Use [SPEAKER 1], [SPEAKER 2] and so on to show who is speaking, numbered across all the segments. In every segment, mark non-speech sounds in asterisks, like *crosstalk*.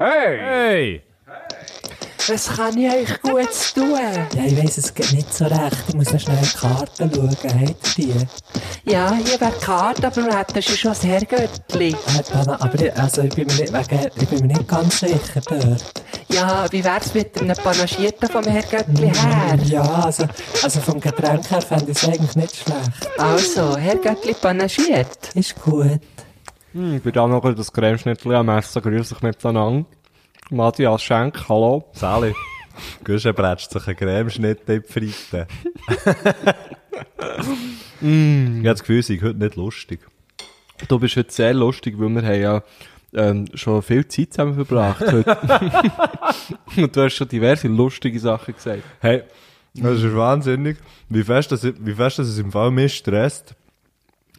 [SPEAKER 1] Hey!
[SPEAKER 2] Hey!
[SPEAKER 3] Was kann ich euch gut tun?
[SPEAKER 4] Ja, ich weiss es geht nicht so recht. Ich muss noch schnell in die Karten schauen. Habt ihr die?
[SPEAKER 3] Ja, hier wäre die Karte, aber das ist schon das Herrgöttli.
[SPEAKER 4] Äh, Dana, aber ich, also ich, bin mir nicht, wegen, ich bin mir nicht ganz sicher dort.
[SPEAKER 3] Ja, wie wär's mit einem Panagierten vom Herrgöttli her?
[SPEAKER 4] Ja, also, also vom Getränk her fände ich es eigentlich nicht schlecht.
[SPEAKER 3] Also, Herrgöttli panagiert.
[SPEAKER 4] Ist gut.
[SPEAKER 1] Hm, Ich bin da noch ein bisschen das Cremeschnittchen am Essen. Grüß euch miteinander. Matthias Schenk, hallo.
[SPEAKER 5] Sali, Guschen bretscht sich einen Cremeschnitt in die Fritte. mm. Ich habe das Gefühl, sie sind heute nicht lustig.
[SPEAKER 1] Du bist heute sehr lustig, weil wir haben ja ähm, schon viel Zeit zusammen verbracht heute. *laughs* Und du hast schon diverse lustige Sachen gesagt.
[SPEAKER 5] Hey, das ist wahnsinnig, wie fest das, wie fest das es im Fall mich stresst,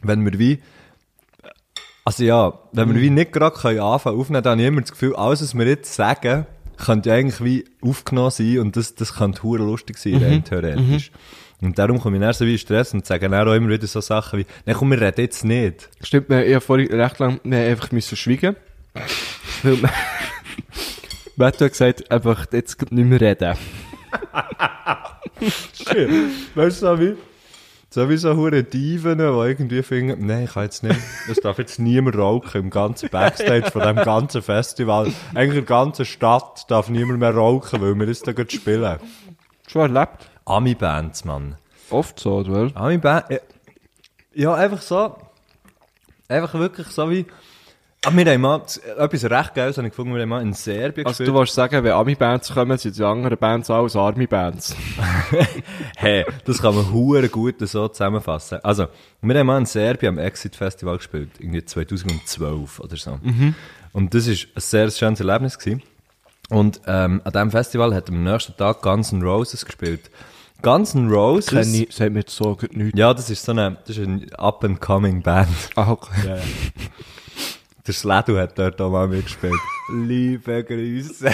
[SPEAKER 5] wenn wir wie, also ja, wenn wir wie nicht gerade können anfangen aufnehmen, dann habe ich immer das Gefühl, alles, was wir jetzt sagen, könnte eigentlich wie aufgenommen sein und das, das könnte hure lustig sein, rein theoretisch. Und darum komme ich dann so wie in Stress und sage dann auch immer wieder so Sachen wie, nein komm, wir reden jetzt nicht.
[SPEAKER 1] Stimmt, wir, ich habe vorhin recht lang wir haben einfach müssen schweigen Weil *laughs* man, man hat ja gesagt, einfach jetzt gerade nicht mehr reden.
[SPEAKER 5] Weißt du, so wie, so wie so hure Diven, die irgendwie finden, nein, ich kann jetzt nicht, es darf jetzt niemand rauchen im ganzen Backstage von dem ganzen Festival. Eigentlich in der ganzen Stadt darf niemand mehr rauchen, weil wir das da gerade spielen.
[SPEAKER 1] Schon erlebt?
[SPEAKER 5] Ami-Bands, Mann.
[SPEAKER 1] Oft so, oder?
[SPEAKER 5] Ami-Bands, ja, äh, ja, einfach so, einfach wirklich so wie, aber wir haben mal, etwas recht Geiles habe ich gefunden, wir haben mal in Serbien
[SPEAKER 1] Also du willst sagen, wenn Ami-Bands kommen, sind die anderen Bands alles Army-Bands.
[SPEAKER 5] Hey, das kann man hure gut so zusammenfassen. Also, wir haben mal in Serbien am Exit Festival gespielt, irgendwie 2012 oder so. Und das ist ein sehr schönes Erlebnis gewesen. Und ähm, an diesem Festival hat am nächsten Tag Guns N' Roses gespielt. Guns N' Roses.
[SPEAKER 1] Kenn ich, sagt mir jetzt so gut nichts.
[SPEAKER 5] Ja, das ist so eine, das ist eine Up-and-Coming-Band.
[SPEAKER 1] Ah, okay.
[SPEAKER 5] *laughs* Der Sledu hat dort auch mal mitgespielt. Liebe Grüße.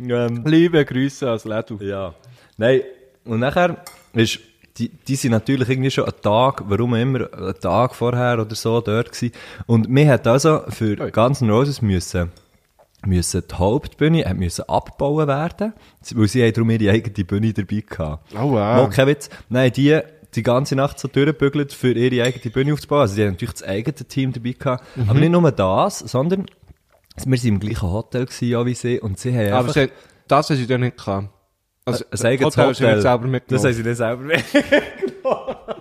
[SPEAKER 5] ähm,
[SPEAKER 1] Liebe Grüße als Ledu.
[SPEAKER 5] Ja. Nein, und nachher ist, die, die sind natürlich irgendwie schon einen Tag, warum auch immer, einen Tag vorher oder so dort gewesen. Und wir hätten also für Guns N' Roses müssen, müssen die Hauptbühne hat müssen abgebaut werden, weil sie haben darum ihre eigene Bühne dabei gehabt.
[SPEAKER 1] Oh, wow.
[SPEAKER 5] Mal kein Witz. Nein, die die ganze Nacht so durchgebügelt, für ihre eigene Bühne aufzubauen. Also die haben natürlich das eigene Team dabei gehabt.
[SPEAKER 1] Mhm.
[SPEAKER 5] Aber nicht nur das, sondern wir waren im gleichen Hotel gewesen, ja, wie sie und sie haben
[SPEAKER 1] Ah, Aber
[SPEAKER 5] einfach...
[SPEAKER 1] sie, hat- das haben sie dann nicht gehabt. Also,
[SPEAKER 5] Ein eigenes
[SPEAKER 1] Hotel haben
[SPEAKER 5] Hotel.
[SPEAKER 1] sie nicht selber
[SPEAKER 5] Das haben
[SPEAKER 1] mitgenommen.
[SPEAKER 5] sie nicht selber mitgenommen. *laughs*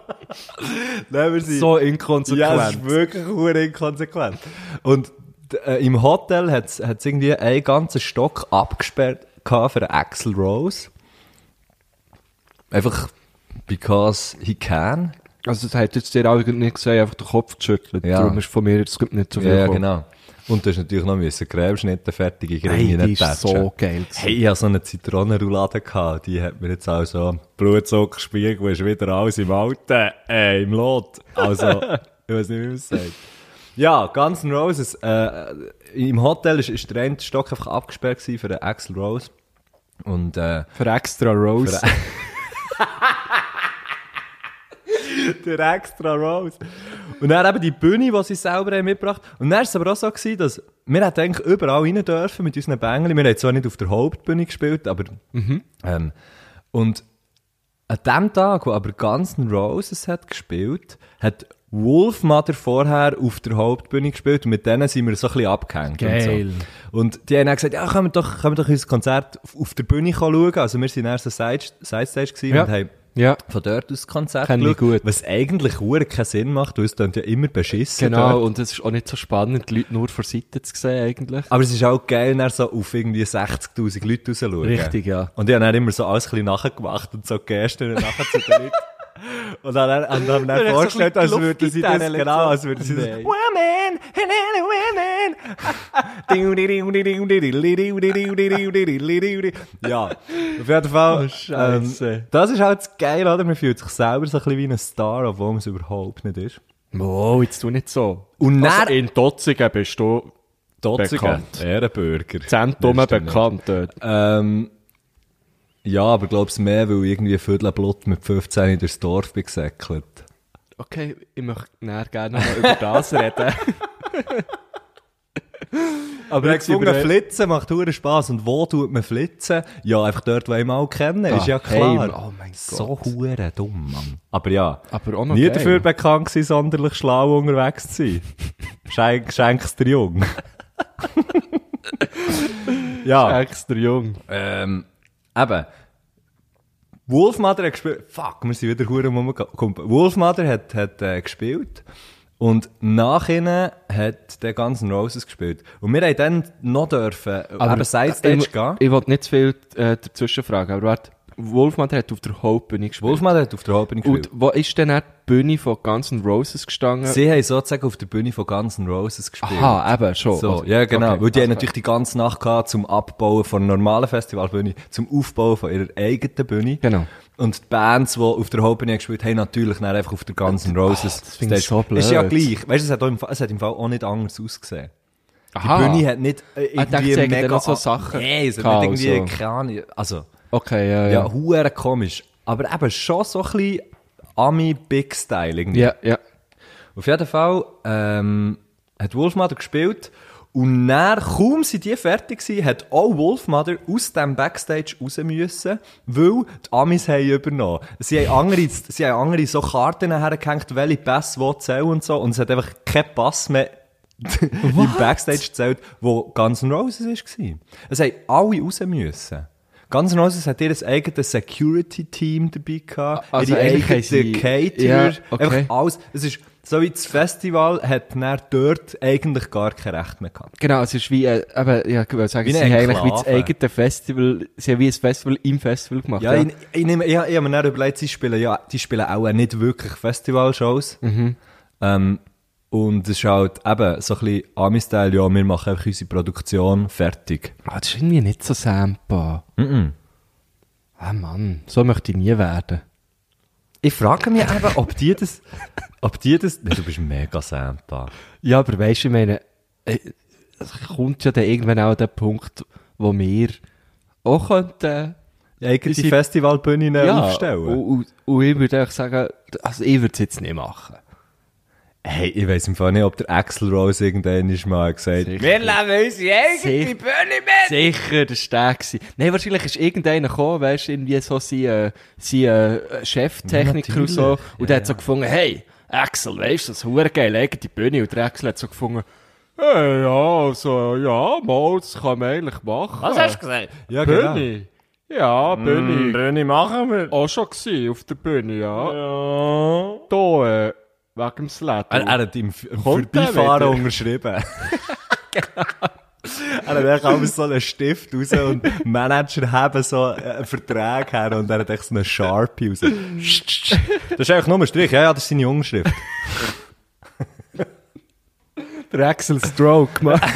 [SPEAKER 5] Nein, wir sind...
[SPEAKER 1] so
[SPEAKER 5] ja, das ist
[SPEAKER 1] inkonsequent.
[SPEAKER 5] wirklich hure inkonsequent. Und d- äh, im Hotel hat es irgendwie einen ganzen Stock abgesperrt gehabt für Axel Rose. Einfach because he can.
[SPEAKER 1] also das hat jetzt dir auch irgendwie nicht gesehen, einfach den Kopf geschüttelt.
[SPEAKER 5] Ja.
[SPEAKER 1] Darum ist von mir jetzt nicht so viel
[SPEAKER 5] Ja,
[SPEAKER 1] gekommen.
[SPEAKER 5] genau. Und du hast natürlich noch müssen Cremeschnitte fertige
[SPEAKER 1] Hey,
[SPEAKER 5] Gringe
[SPEAKER 1] die ist so geil.
[SPEAKER 5] Hey, ich hatte so eine Zitronenroulade, gehabt, die hat mir jetzt auch so Blutzuckerspiegel, ist wieder alles im Alten, äh, im Lot. Also, ich weiß nicht, wie man es sagt. Ja, Guns N' Roses, äh, im Hotel ist, ist der eine Stock einfach abgesperrt gewesen für den Axel Rose. Und, äh,
[SPEAKER 1] Für extra Rose.
[SPEAKER 5] *laughs* der extra Rose. Und dann eben die Bühne, die sie selber haben mitgebracht Und dann war es aber auch so, gewesen, dass wir hätten eigentlich überall rein dürfen mit unseren Bängeln. Wir haben zwar nicht auf der Hauptbühne gespielt, aber... Ähm, und an dem Tag, wo aber Guns N' Roses hat gespielt, hat Wolfmother vorher auf der Hauptbühne gespielt und mit denen sind wir so ein bisschen abgehängt.
[SPEAKER 1] Geil.
[SPEAKER 5] Und, so. und die haben dann gesagt, ja, können wir doch, können wir doch unser Konzert auf, auf der Bühne schauen. Also wir sind erst so Side- Sidestage gewesen
[SPEAKER 1] Ja.
[SPEAKER 5] und haben
[SPEAKER 1] ja.
[SPEAKER 5] von dort aus Konzert
[SPEAKER 1] Kenn ich
[SPEAKER 5] geschaut,
[SPEAKER 1] gut.
[SPEAKER 5] was eigentlich hure keinen Sinn macht, weil es klingt ja immer beschissen
[SPEAKER 1] Genau,
[SPEAKER 5] dort.
[SPEAKER 1] und es ist auch nicht so spannend, die Leute nur von Seite zu sehen, eigentlich.
[SPEAKER 5] Aber es ist auch geil, dann so auf irgendwie 60'000 Leute rausschauen.
[SPEAKER 1] Richtig, ja.
[SPEAKER 5] Und ich habe dann immer so alles ein bisschen nachgemacht und so Gesten nachher zu den
[SPEAKER 1] *laughs*
[SPEAKER 5] Leuten. Und dann, und dann, dann
[SPEAKER 1] so
[SPEAKER 5] vorgestellt,
[SPEAKER 1] ein
[SPEAKER 5] als
[SPEAKER 1] bisschen
[SPEAKER 5] würden sie das,
[SPEAKER 1] Luftgitarre
[SPEAKER 5] genau,
[SPEAKER 1] so.
[SPEAKER 5] als würden sie das,
[SPEAKER 1] Nein.
[SPEAKER 5] Women, *laughs* hello, women. ja, auf jeden Fall.
[SPEAKER 1] Oh, Scheisse.
[SPEAKER 5] ähm, das ist halt das Geile, oder? Man fühlt sich selber so ein bisschen wie ein Star, obwohl man es überhaupt nicht ist.
[SPEAKER 1] Wow, jetzt tu nicht so.
[SPEAKER 5] Und
[SPEAKER 1] also
[SPEAKER 5] dann-
[SPEAKER 1] in Dotzigen bist du Bekannt.
[SPEAKER 5] Ehrenbürger.
[SPEAKER 1] Zentrum
[SPEAKER 5] Das stimmt
[SPEAKER 1] bekannt dort.
[SPEAKER 5] Ähm, ja, aber glaub's mehr, weil irgendwie Viertelblut mit 15 in das Dorf bin gesäckelt.
[SPEAKER 1] *laughs* Okay, ich möchte näher gerne noch mal über das reden.
[SPEAKER 5] Aber ich
[SPEAKER 1] jetzt sind
[SPEAKER 5] gefunden,
[SPEAKER 1] wir-
[SPEAKER 5] Flitzen macht huren Spass. Und wo tut man Flitzen? Ja, einfach dort, wo ich mal kenne. Ist ja
[SPEAKER 1] Daheim.
[SPEAKER 5] klar.
[SPEAKER 1] Oh mein
[SPEAKER 5] So huren dumm, Mann. Aber ja.
[SPEAKER 1] Aber auch noch
[SPEAKER 5] Nie
[SPEAKER 1] geil.
[SPEAKER 5] dafür bekannt gewesen, sonderlich schlau unterwegs zu *laughs* sein. Schenk, schenk's dir *laughs* jung. ja.
[SPEAKER 1] Extra jung.
[SPEAKER 5] Ähm, eben. Wolfmother hat gespielt. Fuck, wir sind wieder hure rumgekommen. Wolfmother hat, hat äh, gespielt. Und nach ihnen hat der Guns N' Roses gespielt. Und wir haben dann noch dürfen, aber eben Sidestage
[SPEAKER 1] ich,
[SPEAKER 5] gehen.
[SPEAKER 1] Ich wollte nicht zu viel äh, dazwischen fragen, aber warte. Wolfmann hat auf der Hauptbühne gespielt.
[SPEAKER 5] Wolfmother hat auf der Hauptbühne
[SPEAKER 1] Und
[SPEAKER 5] gespielt.
[SPEAKER 1] wo ist denn dann die Bühne von Guns N' Roses gestanden?
[SPEAKER 5] Sie haben sozusagen auf der Bühne von Guns N' Roses gespielt.
[SPEAKER 1] Aha, eben, schon.
[SPEAKER 5] So,
[SPEAKER 1] Also,
[SPEAKER 5] ja, genau.
[SPEAKER 1] okay.
[SPEAKER 5] Weil die haben
[SPEAKER 1] Also,
[SPEAKER 5] natürlich die ganze Nacht gehabt, zum Abbauen von einer normalen Festivalbühne, zum Aufbauen von ihrer eigenen Bühne.
[SPEAKER 1] Genau.
[SPEAKER 5] Und die Bands, die auf der Hauptbühne gespielt haben, natürlich dann einfach auf der Guns N' Roses.
[SPEAKER 1] das finde ich so
[SPEAKER 5] Stage. Ist ja
[SPEAKER 1] blöd.
[SPEAKER 5] gleich. Weißt du, es hat, auch im Fall- es hat im Fall auch nicht anders ausgesehen.
[SPEAKER 1] Aha.
[SPEAKER 5] Die Bühne hat nicht äh,
[SPEAKER 1] Ah, ich dachte,
[SPEAKER 5] irgendwie
[SPEAKER 1] sie hätten
[SPEAKER 5] mega...
[SPEAKER 1] noch so Sachen
[SPEAKER 5] Nee, es hat
[SPEAKER 1] gehabt,
[SPEAKER 5] nicht irgendwie...
[SPEAKER 1] also.
[SPEAKER 5] Keine Ahnung. Also,
[SPEAKER 1] Okay, ja,
[SPEAKER 5] ja,
[SPEAKER 1] ja.
[SPEAKER 5] huere komisch. Aber eben schon so ein bisschen Ami-Big-Style irgendwie.
[SPEAKER 1] Ja, ja.
[SPEAKER 5] Auf jeden Fall ähm, hat Wolfmother gespielt und dann, kaum sind die fertig gewesen, hat auch Wolfmother aus dem Backstage raus müssen, weil die Amis haben übernommen. Sie haben andere, sie haben andere so Karten hergehängt, welche Pässe wo zählen und so und es hat einfach keinen Pass mehr *laughs* im Backstage gezählt, wo Guns N' Roses war. Es haben alle raus müssen. Guns N' Roses hat ihr eigenes Security-Team dabei gehabt,
[SPEAKER 1] Also
[SPEAKER 5] ihre
[SPEAKER 1] eigentlich haben
[SPEAKER 5] eigenen
[SPEAKER 1] sie-
[SPEAKER 5] Caterer,
[SPEAKER 1] Ja, okay.
[SPEAKER 5] einfach alles. Es ist so wie das Festival hat dann dort eigentlich gar kein Recht mehr gehabt.
[SPEAKER 1] Genau, es ist wie, äh, eben, ja, ich wollte sagen,
[SPEAKER 5] Wie
[SPEAKER 1] sie
[SPEAKER 5] eine
[SPEAKER 1] haben eigentlich wie das
[SPEAKER 5] Enklave.
[SPEAKER 1] eigene Festival, sie haben wie ein Festival im Festival gemacht.
[SPEAKER 5] Ja, Ich, ich, nehme, ich, ich habe mir dann überlegt, sie spielen, ja, die spielen auch nicht wirklich Festivalshows. Ähm, und es ist halt eben so ein bisschen Amistyle, ja, wir machen einfach unsere Produktion fertig.
[SPEAKER 1] Ah, das ist irgendwie nicht so Sampa. Ah, Mann, so möchte ich nie werden.
[SPEAKER 5] Ich frage mich eben, ob die *laughs* das, ob die das, nee, du bist mega Sampa.
[SPEAKER 1] Ja, aber weißt du, ich meine, äh, es kommt ja dann irgendwann auch der Punkt, wo wir auch könnten.
[SPEAKER 5] Eigentlich die
[SPEAKER 1] Unsere-
[SPEAKER 5] Festivalbühne aufstellen.
[SPEAKER 1] Und, und, und ich würde eigentlich sagen, also ich würde es jetzt nicht machen.
[SPEAKER 5] Hey, ich weiss im Fall nicht, ob der Axel Rose irgendwann ist mal gesagt hat.
[SPEAKER 1] Wir leben unsere eigene Sicher. Bühne mit! Sicher, das war der. gewesen. Nein, wahrscheinlich ist irgendeiner gekommen, weißt du, irgendwie so sein, äh, sein äh, Cheftechniker und so.
[SPEAKER 5] Natürlich,
[SPEAKER 1] Und der hat so gefunden, hey, Axel, weißt du, das ist verdammt geil, eigene Bühne. Und der Axel hat so gefunden, hey, ja, also, ja, mal, das kann man eigentlich machen. Was hast du gesagt?
[SPEAKER 5] Ja, genau.
[SPEAKER 1] Bühne. Genau. Ja, Bühne.
[SPEAKER 5] Bühne machen wir.
[SPEAKER 1] Auch schon gewesen, auf der Bühne, ja. Ja. Da, äh, wegen dem Sled.
[SPEAKER 5] Er, er hat im F- im
[SPEAKER 1] Kommt der
[SPEAKER 5] Vorbeifahren *laughs*
[SPEAKER 1] wieder?
[SPEAKER 5] unterschrieben. Genau. Er hat echt auch so einen Stift raus und Manager haben so einen Vertrag her und er hat echt so einen Sharpie raus. *laughs* Das ist eigentlich nur ein Strich, ja, ja, das ist seine Unterschrift.
[SPEAKER 1] der Axel Stroke, *laughs* man.
[SPEAKER 5] Uh, der-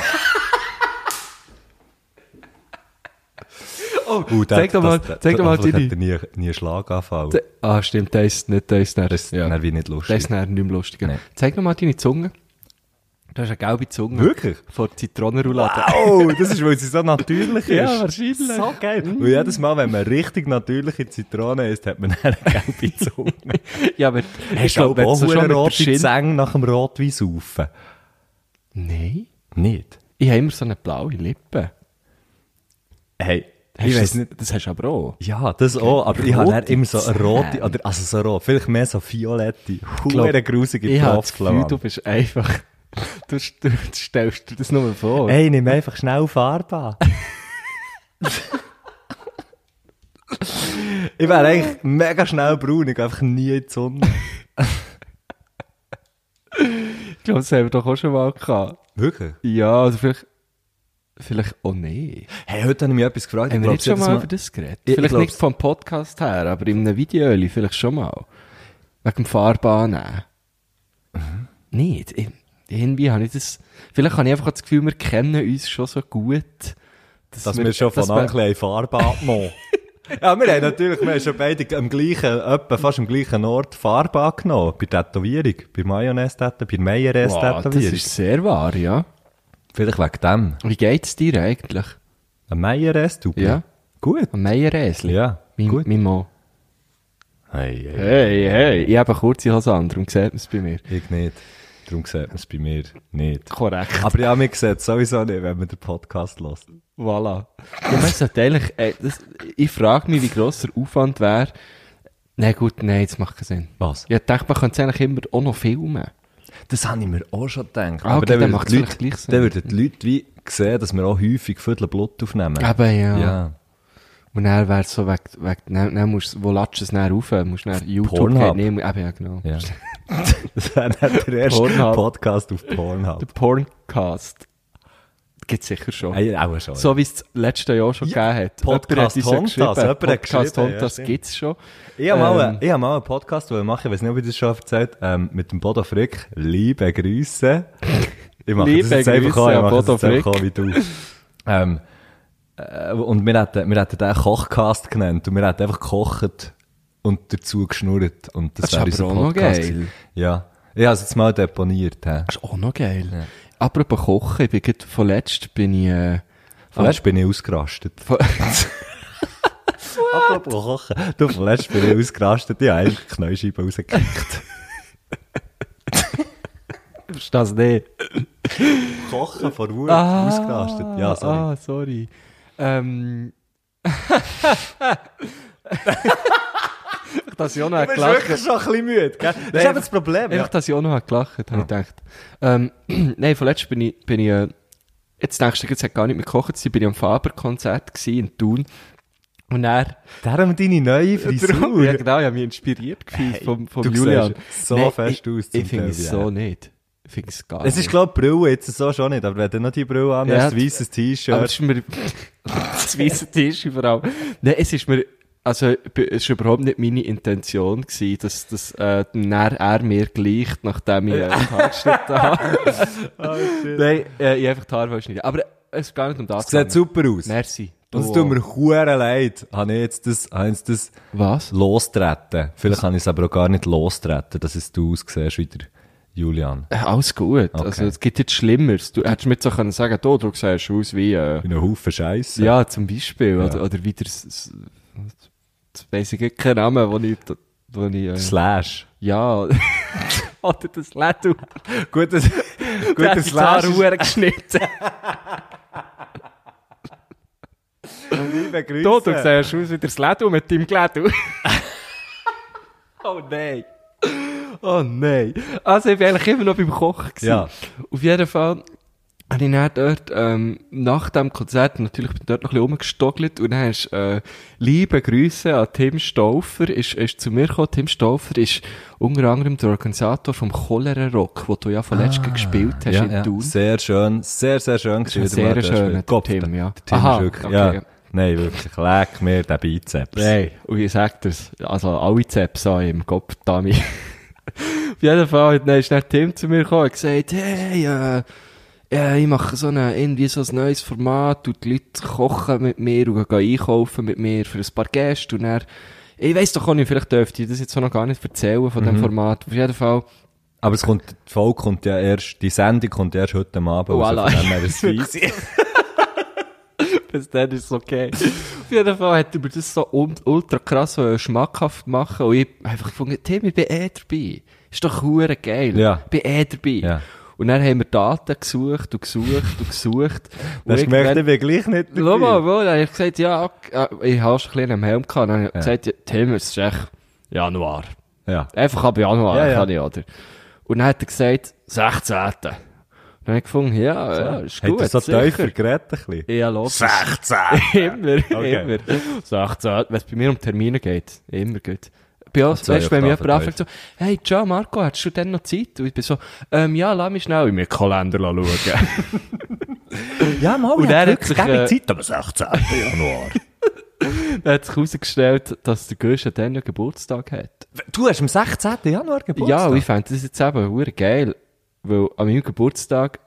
[SPEAKER 1] Oh, zeig doch mal- zeig doch mal
[SPEAKER 5] vielleicht
[SPEAKER 1] deine-
[SPEAKER 5] hat er nie, nie einen Schlaganfall.
[SPEAKER 1] De- Ah, stimmt, der ist nicht, der ist nicht.
[SPEAKER 5] Das ist
[SPEAKER 1] ja.
[SPEAKER 5] dann wie nicht lustig.
[SPEAKER 1] Der ist dann nicht mehr lustig.
[SPEAKER 5] Nee.
[SPEAKER 1] Zeig noch mal deine Zunge. Du hast eine gelbe Zunge.
[SPEAKER 5] Wirklich?
[SPEAKER 1] Von Zitronenroulade.
[SPEAKER 5] Oh, das ist, weil sie so natürlich ist.
[SPEAKER 1] *laughs* Ja, wahrscheinlich.
[SPEAKER 5] So geil. Und jedes Mal, wenn man richtig natürliche Zitrone isst, hat man dann eine *laughs* gelbe Zunge.
[SPEAKER 1] ja, aber
[SPEAKER 5] Hast du
[SPEAKER 1] wenn
[SPEAKER 5] auch
[SPEAKER 1] so
[SPEAKER 5] schon
[SPEAKER 1] mit der
[SPEAKER 5] rote
[SPEAKER 1] Schin-
[SPEAKER 5] Zähne nach dem Rotwein saufen?
[SPEAKER 1] Nein.
[SPEAKER 5] Nicht.
[SPEAKER 1] Ich habe immer so eine blaue Lippe.
[SPEAKER 5] Hey,
[SPEAKER 1] Hast
[SPEAKER 5] ich
[SPEAKER 1] du
[SPEAKER 5] weiß
[SPEAKER 1] das,
[SPEAKER 5] nicht.
[SPEAKER 1] Das hast du aber auch.
[SPEAKER 5] Ja, das auch, aber ich habe
[SPEAKER 1] Rote
[SPEAKER 5] dann immer so eine rote,
[SPEAKER 1] Zähne.
[SPEAKER 5] oder, also so rot, vielleicht mehr so violette,
[SPEAKER 1] glaub,
[SPEAKER 5] huere grusige
[SPEAKER 1] Ich habe das Gefühl, du
[SPEAKER 5] Topflamme.
[SPEAKER 1] bist einfach... *laughs* Du, st- du stellst dir das nur vor.
[SPEAKER 5] Ey, nimm einfach schnell Farbe
[SPEAKER 1] *laughs*
[SPEAKER 5] an. ich wäre eigentlich mega schnell braun, ich gehe einfach nie in die Sonne.
[SPEAKER 1] Ich glaube, das haben wir doch auch schon mal gehabt.
[SPEAKER 5] Wirklich?
[SPEAKER 1] Ja, also vielleicht... Vielleicht auch nicht.
[SPEAKER 5] Hey, heute habe ich mich etwas gefragt.
[SPEAKER 1] Haben wir
[SPEAKER 5] glaub,
[SPEAKER 1] jetzt schon
[SPEAKER 5] jedes
[SPEAKER 1] mal über das geredet?
[SPEAKER 5] Ich- ich
[SPEAKER 1] vielleicht nicht
[SPEAKER 5] glaub's.
[SPEAKER 1] vom Podcast her, aber in einem Video vielleicht schon mal. Wegen dem Fahrbahn nehmen. Mhm. Nicht. Ich- Irgendwie habe ich das... Vielleicht habe ich einfach das Gefühl, wir kennen uns schon so gut.
[SPEAKER 5] Dass wir schon von
[SPEAKER 1] dass wir-
[SPEAKER 5] Anfang an Farbe abnehmen. *laughs* ja, wir haben natürlich, wir haben schon beide am gleichen, etwa fast am gleichen Ort Farbe angenommen. Bei Tätowierung, bei Mayonnaise-Tätowierung, bei
[SPEAKER 1] Wow, das
[SPEAKER 5] Mayonnaise-Tätowierung.
[SPEAKER 1] ist sehr wahr, ja.
[SPEAKER 5] Vielleicht wegen dem.
[SPEAKER 1] Wie geht's dir eigentlich?
[SPEAKER 5] Ein Mayonnaise-Tupel.
[SPEAKER 1] Ja.
[SPEAKER 5] Gut.
[SPEAKER 1] Am Meieräsli?
[SPEAKER 5] Ja,
[SPEAKER 1] Mein,
[SPEAKER 5] gut.
[SPEAKER 1] mein Mann.
[SPEAKER 5] Hey, hey.
[SPEAKER 1] Hey, hey. Ich habe eine kurze Hose an, darum sieht man es bei mir.
[SPEAKER 5] Ich nicht. Darum sieht man es bei mir nicht.
[SPEAKER 1] Korrekt.
[SPEAKER 5] Aber ja, mir sieht es sowieso nicht, wenn man den Podcast hört.
[SPEAKER 1] Voilà. Ja, man sollte eigentlich, äh, das, ich frage mich, wie gross der Aufwand wäre. Nein, gut, nein, das macht keinen Sinn.
[SPEAKER 5] Was?
[SPEAKER 1] Ja, ich denke, man könnte es eigentlich immer auch noch filmen.
[SPEAKER 5] Das habe ich mir auch schon gedacht.
[SPEAKER 1] Ah, okay, dann
[SPEAKER 5] würden
[SPEAKER 1] macht's
[SPEAKER 5] die
[SPEAKER 1] vielleicht gleich Sinn.
[SPEAKER 5] dann würden die Leute wie sehen, dass wir auch häufig Viertel Blut aufnehmen.
[SPEAKER 1] Eben, ja.
[SPEAKER 5] Ja.
[SPEAKER 1] Und dann wäre es so weg, weg, dann, dann musst du, wo latscht es dann rauf? Musst du dann YouTube
[SPEAKER 5] Pornhub.
[SPEAKER 1] nehmen? Eben, ja, genau.
[SPEAKER 5] ja. *laughs* das wäre dann der erste
[SPEAKER 1] Pornhub.
[SPEAKER 5] Podcast auf
[SPEAKER 1] Der
[SPEAKER 5] Pornhub.
[SPEAKER 1] Porncast. Gibt's sicher schon.
[SPEAKER 5] Ey, auch schon.
[SPEAKER 1] So wie es das letzte Jahr schon
[SPEAKER 5] Ja,
[SPEAKER 1] gegeben hat.
[SPEAKER 5] Podcast
[SPEAKER 1] Jemand hat uns ja
[SPEAKER 5] Hontas, jemand
[SPEAKER 1] geschrieben.
[SPEAKER 5] hat
[SPEAKER 1] Podcast
[SPEAKER 5] geschrieben, ja,
[SPEAKER 1] Hontas
[SPEAKER 5] stimmt.
[SPEAKER 1] gibt's schon.
[SPEAKER 5] Ich habe mal,
[SPEAKER 1] Ähm,
[SPEAKER 5] einen- ich hab mal einen Podcast, den ich mache, ich weiß nicht, ob ich das schon erzählt habe, ähm, mit dem Bodo Frick. Liebe Grüße. Ich mache
[SPEAKER 1] Liebe
[SPEAKER 5] das jetzt einfach
[SPEAKER 1] Grüße
[SPEAKER 5] auch, ich
[SPEAKER 1] an
[SPEAKER 5] mache das
[SPEAKER 1] Bodo
[SPEAKER 5] jetzt einfach auch wie du. Ähm, äh, und wir hätten, wir hätten den Kochcast genannt und wir hätten einfach gekocht und dazu geschnurrt. Und das,
[SPEAKER 1] Das ist
[SPEAKER 5] wäre
[SPEAKER 1] aber
[SPEAKER 5] unser
[SPEAKER 1] auch noch
[SPEAKER 5] Podcast.
[SPEAKER 1] geil.
[SPEAKER 5] Ja. Ich habe es jetzt mal deponiert. He.
[SPEAKER 1] Das ist auch noch geil. Apropos Kochen, ich bin gerade, vorletzt bin ich, äh,
[SPEAKER 5] Vorletzt bin ich ausgerastet. *laughs*
[SPEAKER 1] vor-
[SPEAKER 5] Apropos Kochen. Du, vorletzt bin ich ausgerastet. Ich habe eigentlich die Knäuscheibe rausgekickt.
[SPEAKER 1] Ist das nicht?
[SPEAKER 5] Kochen vor Wut Ah. ausgerastet. Ja, sorry.
[SPEAKER 1] Ah, sorry.
[SPEAKER 5] *laughs*
[SPEAKER 1] Ähm. dass ich auch noch
[SPEAKER 5] Du bist
[SPEAKER 1] gelacht
[SPEAKER 5] wirklich schon ein bisschen müde, gell? Das
[SPEAKER 1] Nein,
[SPEAKER 5] ist eben das Problem.
[SPEAKER 1] Einfach,
[SPEAKER 5] Ja.
[SPEAKER 1] dass ich auch noch gelacht habe, habe ich gedacht. Ähm, *clears throat* nein, vorletzt bin ich, bin ich, äh, jetzt denkst du, jetzt hat gar nicht mehr gekocht, sie bin ich am Faber-Konzert gewesen in Thun. Und er,
[SPEAKER 5] Darum deine neue Frisur.
[SPEAKER 1] ja genau, ich habe mich inspiriert gefühlt
[SPEAKER 5] Hey,
[SPEAKER 1] vom, vom
[SPEAKER 5] du
[SPEAKER 1] Julian.
[SPEAKER 5] siehst so fest
[SPEAKER 1] ich,
[SPEAKER 5] aus zum
[SPEAKER 1] Ich finde
[SPEAKER 5] Teil,
[SPEAKER 1] es
[SPEAKER 5] ja.
[SPEAKER 1] so nicht. Ich finde es gar
[SPEAKER 5] Es
[SPEAKER 1] nicht.
[SPEAKER 5] ist, glaube ich, die Brille jetzt so schon nicht, aber wenn du noch die Brille an
[SPEAKER 1] Ja,
[SPEAKER 5] hast, ein weißes
[SPEAKER 1] Aber es
[SPEAKER 5] T-Shirt.
[SPEAKER 1] ist mir, *laughs* das weiße Tisch überall. Nein, es ist mir, also, b- es war überhaupt nicht meine Intention gewesen, dass, dass, äh, dann er mir gleicht, nachdem ich, äh, die Haare geschnitten habe.
[SPEAKER 5] *laughs* Ah,
[SPEAKER 1] Nein, äh, ich einfach die Haare geschnitten. Aber es ist gar nicht um das.
[SPEAKER 5] Es sieht
[SPEAKER 1] gegangen.
[SPEAKER 5] super aus.
[SPEAKER 1] Merci.
[SPEAKER 5] Und es
[SPEAKER 1] Du
[SPEAKER 5] tut
[SPEAKER 1] auch.
[SPEAKER 5] mir hure leid, habe ich jetzt das, habe ich jetzt das
[SPEAKER 1] Was?
[SPEAKER 5] lostreten. Vielleicht habe ich es aber auch gar nicht lostreten, dass es du aussiehst wie der Julian.
[SPEAKER 1] Äh, Alles gut.
[SPEAKER 5] Okay.
[SPEAKER 1] Also, es gibt jetzt Schlimmeres. Du hättest mir jetzt auch können sagen, du, du siehst aus wie, äh,
[SPEAKER 5] Wie ein Haufen Scheiße.
[SPEAKER 1] ja, zum Beispiel. Oder, oder wie der, s- s- jetzt weiss ich keinen Namen, wo ich, wo ich, äh,
[SPEAKER 5] Slash.
[SPEAKER 1] ja. *laughs* oder das Lädel.
[SPEAKER 5] Gutes,
[SPEAKER 1] *laughs*
[SPEAKER 5] gutes Slash. ist-
[SPEAKER 1] Haare *laughs* geschnitten.
[SPEAKER 5] Liebe Grüße.
[SPEAKER 1] Du, du siehst aus wie das Lädel mit deinem Glädel. *laughs* oh nein. Oh nein. Also ich bin eigentlich immer noch beim Koch. Gewesen.
[SPEAKER 5] Ja.
[SPEAKER 1] Auf jeden Fall habe ich dann dort, ähm, nach dem Konzert, natürlich bin ich dort noch ein bisschen rumgestockelt und dann hast, äh, liebe Grüße an Tim Stauffer, ist, ist zu mir gekommen. Tim Stauffer ist unter anderem der Organisator vom Cholera Rock, wo du ja von letztem gespielt hast
[SPEAKER 5] Ah, ja,
[SPEAKER 1] in
[SPEAKER 5] ja.
[SPEAKER 1] Thun.
[SPEAKER 5] Sehr schön, sehr, sehr schön. gewesen,
[SPEAKER 1] ein
[SPEAKER 5] wieder mal
[SPEAKER 1] sehr
[SPEAKER 5] das Spiel.
[SPEAKER 1] schöner
[SPEAKER 5] Gott,
[SPEAKER 1] Tim,
[SPEAKER 5] der-
[SPEAKER 1] ja.
[SPEAKER 5] Der Tim
[SPEAKER 1] Aha,
[SPEAKER 5] ist wirklich,
[SPEAKER 1] okay,
[SPEAKER 5] ja.
[SPEAKER 1] ja.
[SPEAKER 5] Nein, wirklich, leck mir den Bizeps.
[SPEAKER 1] Nein, und ich sag dir's, also alle Zeps an im Kopf, Dami. *laughs* Auf jeden Fall, dann ist dann Tim zu mir gekommen und gesagt, hey, äh, ja, ich mache so eine, irgendwie so ein neues Format und die Leute kochen mit mir und gehen einkaufen mit mir für ein paar Gäste und dann, ich weiss doch auch nicht, vielleicht dürfte ich das jetzt auch noch gar nicht erzählen von dem Format. Auf jeden Fall,
[SPEAKER 5] Aber es kommt, die Folge kommt ja erst, die Sendung kommt erst heute am Abend.
[SPEAKER 1] Voilà.
[SPEAKER 5] Also von dem her
[SPEAKER 1] *laughs*
[SPEAKER 5] ist es weiss.
[SPEAKER 1] bis dann ist es okay. Auf jeden Fall hat er mir das so un- ultra krass äh, schmackhaft machen und ich hab einfach gefunden, Tim, ich bin eh dabei. Ist doch hure geil.
[SPEAKER 5] Ja.
[SPEAKER 1] Ich bin eh dabei.
[SPEAKER 5] Ja.
[SPEAKER 1] Und dann haben wir Daten gesucht und gesucht
[SPEAKER 5] *laughs*
[SPEAKER 1] und gesucht.
[SPEAKER 5] Du hast gemerkt,
[SPEAKER 1] Und
[SPEAKER 5] ich
[SPEAKER 1] irgendwann-
[SPEAKER 5] bin gleich nicht dabei.
[SPEAKER 1] Schau mal, wo, dann hab ich gesagt, ja, ok, äh, ich habe schon ein bisschen einen Helm gehabt. Dann habe ich gesagt, ja, Tim, es ist echt Januar.
[SPEAKER 5] Ja.
[SPEAKER 1] Einfach ab Januar
[SPEAKER 5] Ja, ja.
[SPEAKER 1] kann ich, oder? Und dann hat er gesagt, 16. Und dann habe ich gefunden, ja, ja, ist
[SPEAKER 5] Hat
[SPEAKER 1] gut.
[SPEAKER 5] er so
[SPEAKER 1] sicher.
[SPEAKER 5] tiefer geredet ein bisschen?
[SPEAKER 1] Ja, logisch. 16! *laughs* immer,
[SPEAKER 5] Okay.
[SPEAKER 1] immer. 16, wenn es bei mir um Termine geht, immer gut. Bei uns,
[SPEAKER 5] zwei
[SPEAKER 1] weißt du, wenn mich jemand
[SPEAKER 5] Oktaven
[SPEAKER 1] anfragt, so, hey, ciao Marco, hast du denn noch Zeit? Und ich bin so, ähm, ja, lass mich schnell in meinen Kalender schauen. *laughs*
[SPEAKER 5] Oh, Ja, mal,
[SPEAKER 1] Und er hat sich, äh,
[SPEAKER 5] aber 16. Januar.
[SPEAKER 1] Dann hat sich herausgestellt, dass der Guschen dann noch Geburtstag hat.
[SPEAKER 5] Du hast am 16. Januar
[SPEAKER 1] Ja,
[SPEAKER 5] Geburtstag?
[SPEAKER 1] und ich fände das jetzt eben hure geil, weil an meinem Geburtstag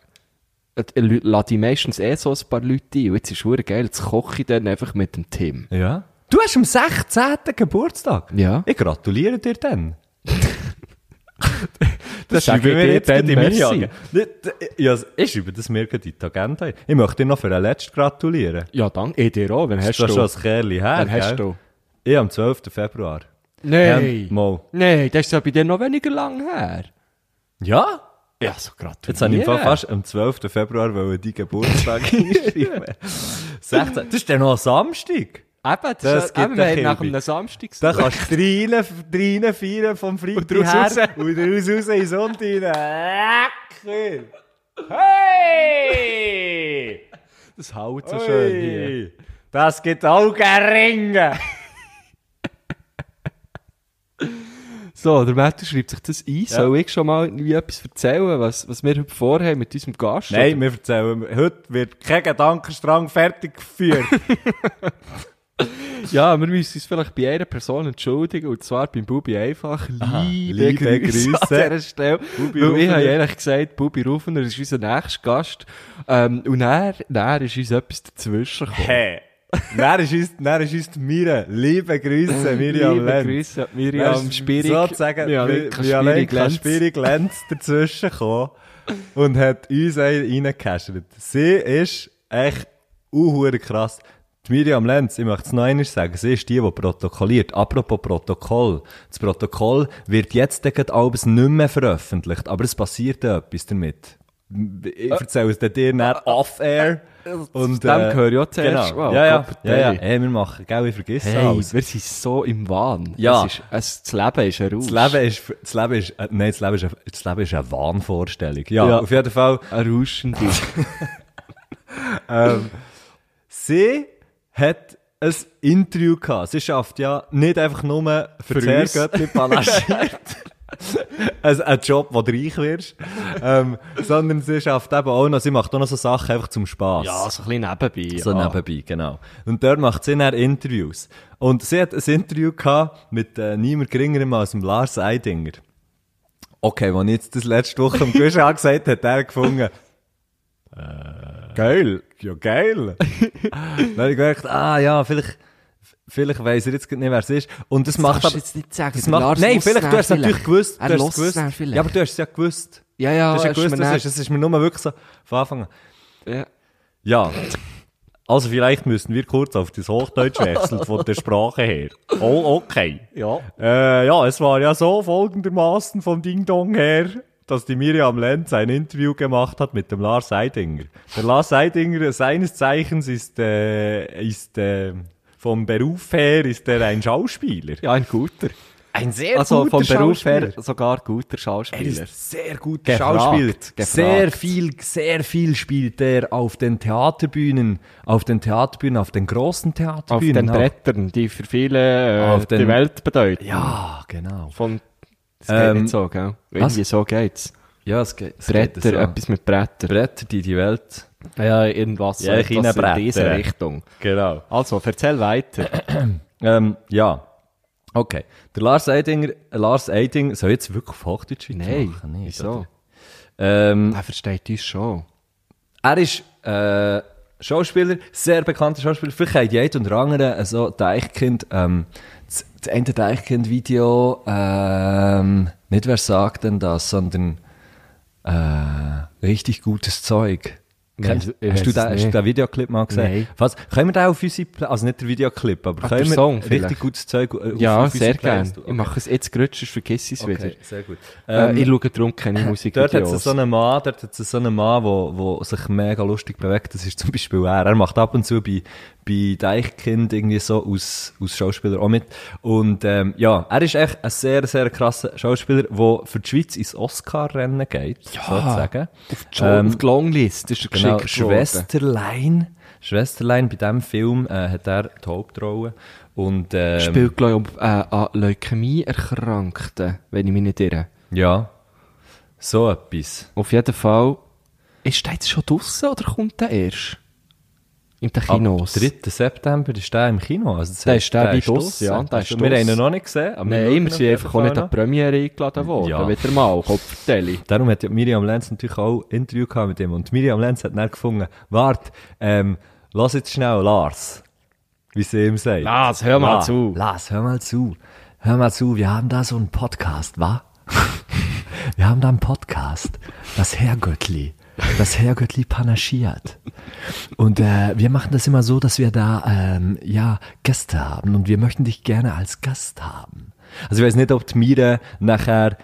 [SPEAKER 1] äh, äh, lü- lade ich meistens eh so ein paar Leute ein. Und jetzt ist es geil, jetzt koche ich dann einfach mit dem Tim.
[SPEAKER 5] ja. Du hast am 16. Geburtstag?
[SPEAKER 1] Ja.
[SPEAKER 5] Ich gratuliere dir dann.
[SPEAKER 1] *laughs* Das
[SPEAKER 5] schreibe ich mir jetzt in die
[SPEAKER 1] Merci.
[SPEAKER 5] Mirjage. Ja, ich schreibe das mir gerade in die Agenda. ein. Ich möchte dir noch für den letzten gratulieren.
[SPEAKER 1] Ja, danke. Ich dir auch, wenn hast
[SPEAKER 5] du hast schon
[SPEAKER 1] du.
[SPEAKER 5] ein Kerli her,
[SPEAKER 1] Dann hast
[SPEAKER 5] gell?
[SPEAKER 1] du.
[SPEAKER 5] Ich am 12. Februar.
[SPEAKER 1] Nein.
[SPEAKER 5] Ähm, mal.
[SPEAKER 1] Nein, das ist ja bei dir noch weniger lang her.
[SPEAKER 5] Ja?
[SPEAKER 1] Ja, so gratuliere.
[SPEAKER 5] Jetzt habe ich im Fall fast am 12. Februar wollen die
[SPEAKER 1] *laughs*
[SPEAKER 5] Geburtstag hinschreiben. 16. Das ist dann noch ein Samstag.
[SPEAKER 1] Eben, das,
[SPEAKER 5] Das
[SPEAKER 1] ist,
[SPEAKER 5] gibt
[SPEAKER 1] eben, wir
[SPEAKER 5] den
[SPEAKER 1] haben nach
[SPEAKER 5] Kilby.
[SPEAKER 1] einem Samstag
[SPEAKER 5] Da kannst du rein, rein feiern vom Freitag
[SPEAKER 1] Und raus
[SPEAKER 5] her
[SPEAKER 1] raus.
[SPEAKER 5] und raus raus in die Sonne rein. Lecker! Hey!
[SPEAKER 1] das haut so schön hier.
[SPEAKER 5] Ui, Das gibt Augenringe!
[SPEAKER 1] So, der Matthew schreibt sich das ein. Soll ich schon mal irgendwie etwas erzählen, was, was wir heute vorhaben mit unserem Gast?
[SPEAKER 5] Nein, wir erzählen, heute wird kein Gedankenstrang fertig geführt.
[SPEAKER 1] Oder- Ja, wir müssen uns vielleicht bei einer Person entschuldigen, und zwar beim Bubi einfach. Liebe,
[SPEAKER 5] liebe
[SPEAKER 1] Grüße,
[SPEAKER 5] Grüße.
[SPEAKER 1] an dieser Stelle.
[SPEAKER 5] Bubi
[SPEAKER 1] Weil ich
[SPEAKER 5] Rufener.
[SPEAKER 1] habe ehrlich gesagt, Bubi Rufener ist unser nächster Gast. Ähm, und er, er ist uns etwas dazwischen gekommen.
[SPEAKER 5] Hey! Dann ist uns, dann ist uns die Mira. Liebe Grüße, Miriam
[SPEAKER 1] Liebe
[SPEAKER 5] Lenz.
[SPEAKER 1] Grüße an Miriam
[SPEAKER 5] Weisst du,
[SPEAKER 1] Spirig.
[SPEAKER 5] Sozusagen,
[SPEAKER 1] Miriam
[SPEAKER 5] Mi-
[SPEAKER 1] Lenz.
[SPEAKER 5] Miriam Lenz
[SPEAKER 1] Spirig Lenz.
[SPEAKER 5] Spirig Lenz dazwischen gekommen und hat uns einen reingecashert. Sie ist echt unhure krass. Die Miriam Lenz, ich möchte es noch einmal sagen, sie ist die, die protokolliert. Apropos Protokoll. Das Protokoll wird jetzt dann gerade alles nicht mehr veröffentlicht, aber es passiert dann etwas damit. Ich erzähle es dann dir
[SPEAKER 1] Ah,
[SPEAKER 5] dann off-air. Und,
[SPEAKER 1] äh,
[SPEAKER 5] äh, genau.
[SPEAKER 1] dem gehöre ich auch zuerst. Wow,
[SPEAKER 5] ja, ja,
[SPEAKER 1] Gott,
[SPEAKER 5] ja, ja.
[SPEAKER 1] ey.
[SPEAKER 5] Hey, wir machen, gell, ich vergesse
[SPEAKER 1] Hey,
[SPEAKER 5] alles.
[SPEAKER 1] wir sind so im Wahn.
[SPEAKER 5] Ja.
[SPEAKER 1] Es ist, es, das Leben ist ein Rausch.
[SPEAKER 5] Das Leben ist, das Leben ist, äh, nein, das Leben ist, eine- das Leben ist eine Wahnvorstellung. Ja,
[SPEAKER 1] Ja.
[SPEAKER 5] auf jeden Fall.
[SPEAKER 1] Ein *laughs* Rauschen.
[SPEAKER 5] Sie hat ein Interview gehabt. Sie schafft ja nicht einfach nur für
[SPEAKER 1] Für uns.
[SPEAKER 5] Zergöttli palagiert. also ein Job, wo du reich wirst. *laughs* ähm, sondern sie schafft eben auch noch, sie macht auch noch so Sachen einfach zum Spass.
[SPEAKER 1] ja, so ein bisschen nebenbei.
[SPEAKER 5] So
[SPEAKER 1] ja.
[SPEAKER 5] nebenbei, genau. Und dort macht sie dann Interviews. Und sie hat ein Interview gehabt mit äh, niemand geringerem als dem Lars Eidinger. Okay, wenn ich jetzt das letzte Woche am
[SPEAKER 1] *laughs*
[SPEAKER 5] Gusch angesagt hat, hat er gefunden. äh, Geil, ja
[SPEAKER 1] *laughs*
[SPEAKER 5] geil. Dann habe ich gedacht, ah ja, vielleicht, vielleicht weiss er jetzt grad nicht, wer es ist. Und das, macht
[SPEAKER 1] kannst du
[SPEAKER 5] aber...
[SPEAKER 1] jetzt nicht sagen.
[SPEAKER 5] das
[SPEAKER 1] Der
[SPEAKER 5] macht,
[SPEAKER 1] Lars
[SPEAKER 5] nein,
[SPEAKER 1] lässt
[SPEAKER 5] vielleicht,
[SPEAKER 1] es
[SPEAKER 5] du hast es
[SPEAKER 1] dann
[SPEAKER 5] natürlich
[SPEAKER 1] vielleicht.
[SPEAKER 5] gewusst. Du
[SPEAKER 1] Er
[SPEAKER 5] hast es
[SPEAKER 1] lässt es
[SPEAKER 5] gewusst.
[SPEAKER 1] dann vielleicht.
[SPEAKER 5] Ja, aber du hast es ja gewusst.
[SPEAKER 1] Ja, ja,
[SPEAKER 5] Du hast ja
[SPEAKER 1] es ist
[SPEAKER 5] gewusst,
[SPEAKER 1] mir
[SPEAKER 5] was
[SPEAKER 1] dann-
[SPEAKER 5] es ist. Es ist mir nur wirklich so von Anfang an.
[SPEAKER 1] Ja.
[SPEAKER 5] Ja. Also vielleicht müssen wir kurz auf das Hochdeutsch wechseln von der Sprache her. Oh, okay.
[SPEAKER 1] Ja.
[SPEAKER 5] Äh, ja, es war ja so folgendermaßen vom Ding Dong her, dass die Miriam Lenz ein Interview gemacht hat mit dem Lars Seidinger. Der Lars Seidinger, seines Zeichens, ist, äh, ist äh, vom Beruf her ist er ein Schauspieler.
[SPEAKER 1] Ja, ein guter.
[SPEAKER 5] Ein sehr
[SPEAKER 1] Also vom Beruf her
[SPEAKER 5] Schauspieler.
[SPEAKER 1] sogar guter
[SPEAKER 5] Er
[SPEAKER 1] Schauspieler.
[SPEAKER 5] ist sehr gut gefragt,
[SPEAKER 1] Gefragt,
[SPEAKER 5] Schauspieler.
[SPEAKER 1] gefragt.
[SPEAKER 5] Sehr viel, sehr viel spielt er auf den Theaterbühnen, auf den Theaterbühnen, auf den großen
[SPEAKER 1] Auf
[SPEAKER 5] Theaterbühnen.
[SPEAKER 1] den Brettern, die für viele äh,
[SPEAKER 5] Auf den-
[SPEAKER 1] die Welt bedeuten.
[SPEAKER 5] Ja, genau.
[SPEAKER 1] Von, das
[SPEAKER 5] Ähm,
[SPEAKER 1] geht nicht so, gell? Irgendwie so geht's.
[SPEAKER 5] Ja, es geht. es geht
[SPEAKER 1] Bretter,
[SPEAKER 5] so.
[SPEAKER 1] etwas mit Brettern.
[SPEAKER 5] Bretter, die die Welt.
[SPEAKER 1] Ja, irgendwas.
[SPEAKER 5] Ja, ich
[SPEAKER 1] etwas
[SPEAKER 5] reinbretter.
[SPEAKER 1] in diese Richtung.
[SPEAKER 5] Genau.
[SPEAKER 1] Also, erzähl weiter.
[SPEAKER 5] Ähm, ja. Okay. Der Lars Eidinger, Lars Eiding, soll ich jetzt wirklich auf Hochdeutsch
[SPEAKER 1] Nein,
[SPEAKER 5] weitermachen? Nicht,
[SPEAKER 1] wieso?
[SPEAKER 5] oder? Ähm,
[SPEAKER 1] Er versteht uns schon.
[SPEAKER 5] Er ist äh, Schauspieler, sehr bekannter Schauspieler. Vielleicht kennt jeder unter anderem so Deichkind, ähm, das, das eine Deichkind-Video, ähm, nicht wer sagt denn das, sondern äh, richtig gutes Zeug.
[SPEAKER 1] Nein,
[SPEAKER 5] Kennst,
[SPEAKER 1] ich
[SPEAKER 5] hast,
[SPEAKER 1] weiss
[SPEAKER 5] du
[SPEAKER 1] es
[SPEAKER 5] den, hast du
[SPEAKER 1] nicht.
[SPEAKER 5] den Videoclip mal gesehen?
[SPEAKER 1] Nein.
[SPEAKER 5] Was, können wir den auf unsere, Pla- also nicht der Videoclip, aber
[SPEAKER 1] Ah,
[SPEAKER 5] können
[SPEAKER 1] der
[SPEAKER 5] wir
[SPEAKER 1] Song
[SPEAKER 5] richtig
[SPEAKER 1] vielleicht.
[SPEAKER 5] gutes Zeug äh, auf,
[SPEAKER 1] Ja,
[SPEAKER 5] auf unsere
[SPEAKER 1] sehr gerne.
[SPEAKER 5] Playlist-
[SPEAKER 1] Ich mache es jetzt gerade, sonst vergesse ich es
[SPEAKER 5] Okay,
[SPEAKER 1] wieder.
[SPEAKER 5] sehr gut. Ähm,
[SPEAKER 1] Äh, ich schaue darum *laughs* keine Musik
[SPEAKER 5] Dort hat es so einen Mann, dort hat es so einen Mann, wo, wo sich mega lustig bewegt. Das ist zum Beispiel er. Er macht ab und zu bei, bei Deichkind irgendwie so aus, aus Schauspieler auch mit. Und, ähm, ja, er ist echt ein sehr, sehr krasser Schauspieler, der für die Schweiz ins Oscar-Rennen geht. Ja. Sozusagen.
[SPEAKER 1] Auf die, ähm, auf die Longlist ist er
[SPEAKER 5] Genau,
[SPEAKER 1] geschickt worden.
[SPEAKER 5] Schwesterlein. Schwesterlein, bei diesem Film, äh, hat er die Hauptrolle. Und, ähm,
[SPEAKER 1] Spielt, glaube ich, äh, an Leukämie erkrankten, wenn ich mich nicht irre.
[SPEAKER 5] ja. So etwas.
[SPEAKER 1] Auf jeden Fall. Ist der jetzt schon draussen oder kommt der erst? In den Kinos.
[SPEAKER 5] Ab 3. September ist der im Kino. Also das
[SPEAKER 1] Der
[SPEAKER 5] heisst,
[SPEAKER 1] ist der bei
[SPEAKER 5] draussen.
[SPEAKER 1] uns, ja, der ist
[SPEAKER 5] Also, Wir haben ihn
[SPEAKER 1] draussen.
[SPEAKER 5] noch nicht gesehen. aber
[SPEAKER 1] Nein,
[SPEAKER 5] schauen
[SPEAKER 1] wir sind
[SPEAKER 5] ihn
[SPEAKER 1] einfach auch nicht an
[SPEAKER 5] noch.
[SPEAKER 1] die Premiere eingeladen worden.
[SPEAKER 5] Ja.
[SPEAKER 1] Wieder mal, Kopfteile.
[SPEAKER 5] Darum hat ja Miriam Lenz natürlich auch ein Interview gehabt mit ihm. Und Miriam Lenz hat dann gefunden, warte, ähm, lass jetzt schnell Lars. Wie sie ihm sagt.
[SPEAKER 1] Lars, hör mal zu.
[SPEAKER 5] Lars, hör mal zu. Hör mal zu, wir haben da so einen Podcast, wa? *laughs* wir haben da einen Podcast. Das Herrgöttli. Das Herrgöttli panaschiert. Und äh, wir machen das immer so, dass wir da ähm, ja Gäste haben und wir möchten dich gerne als Gast haben. Also ich weiß nicht, ob die Mira nachher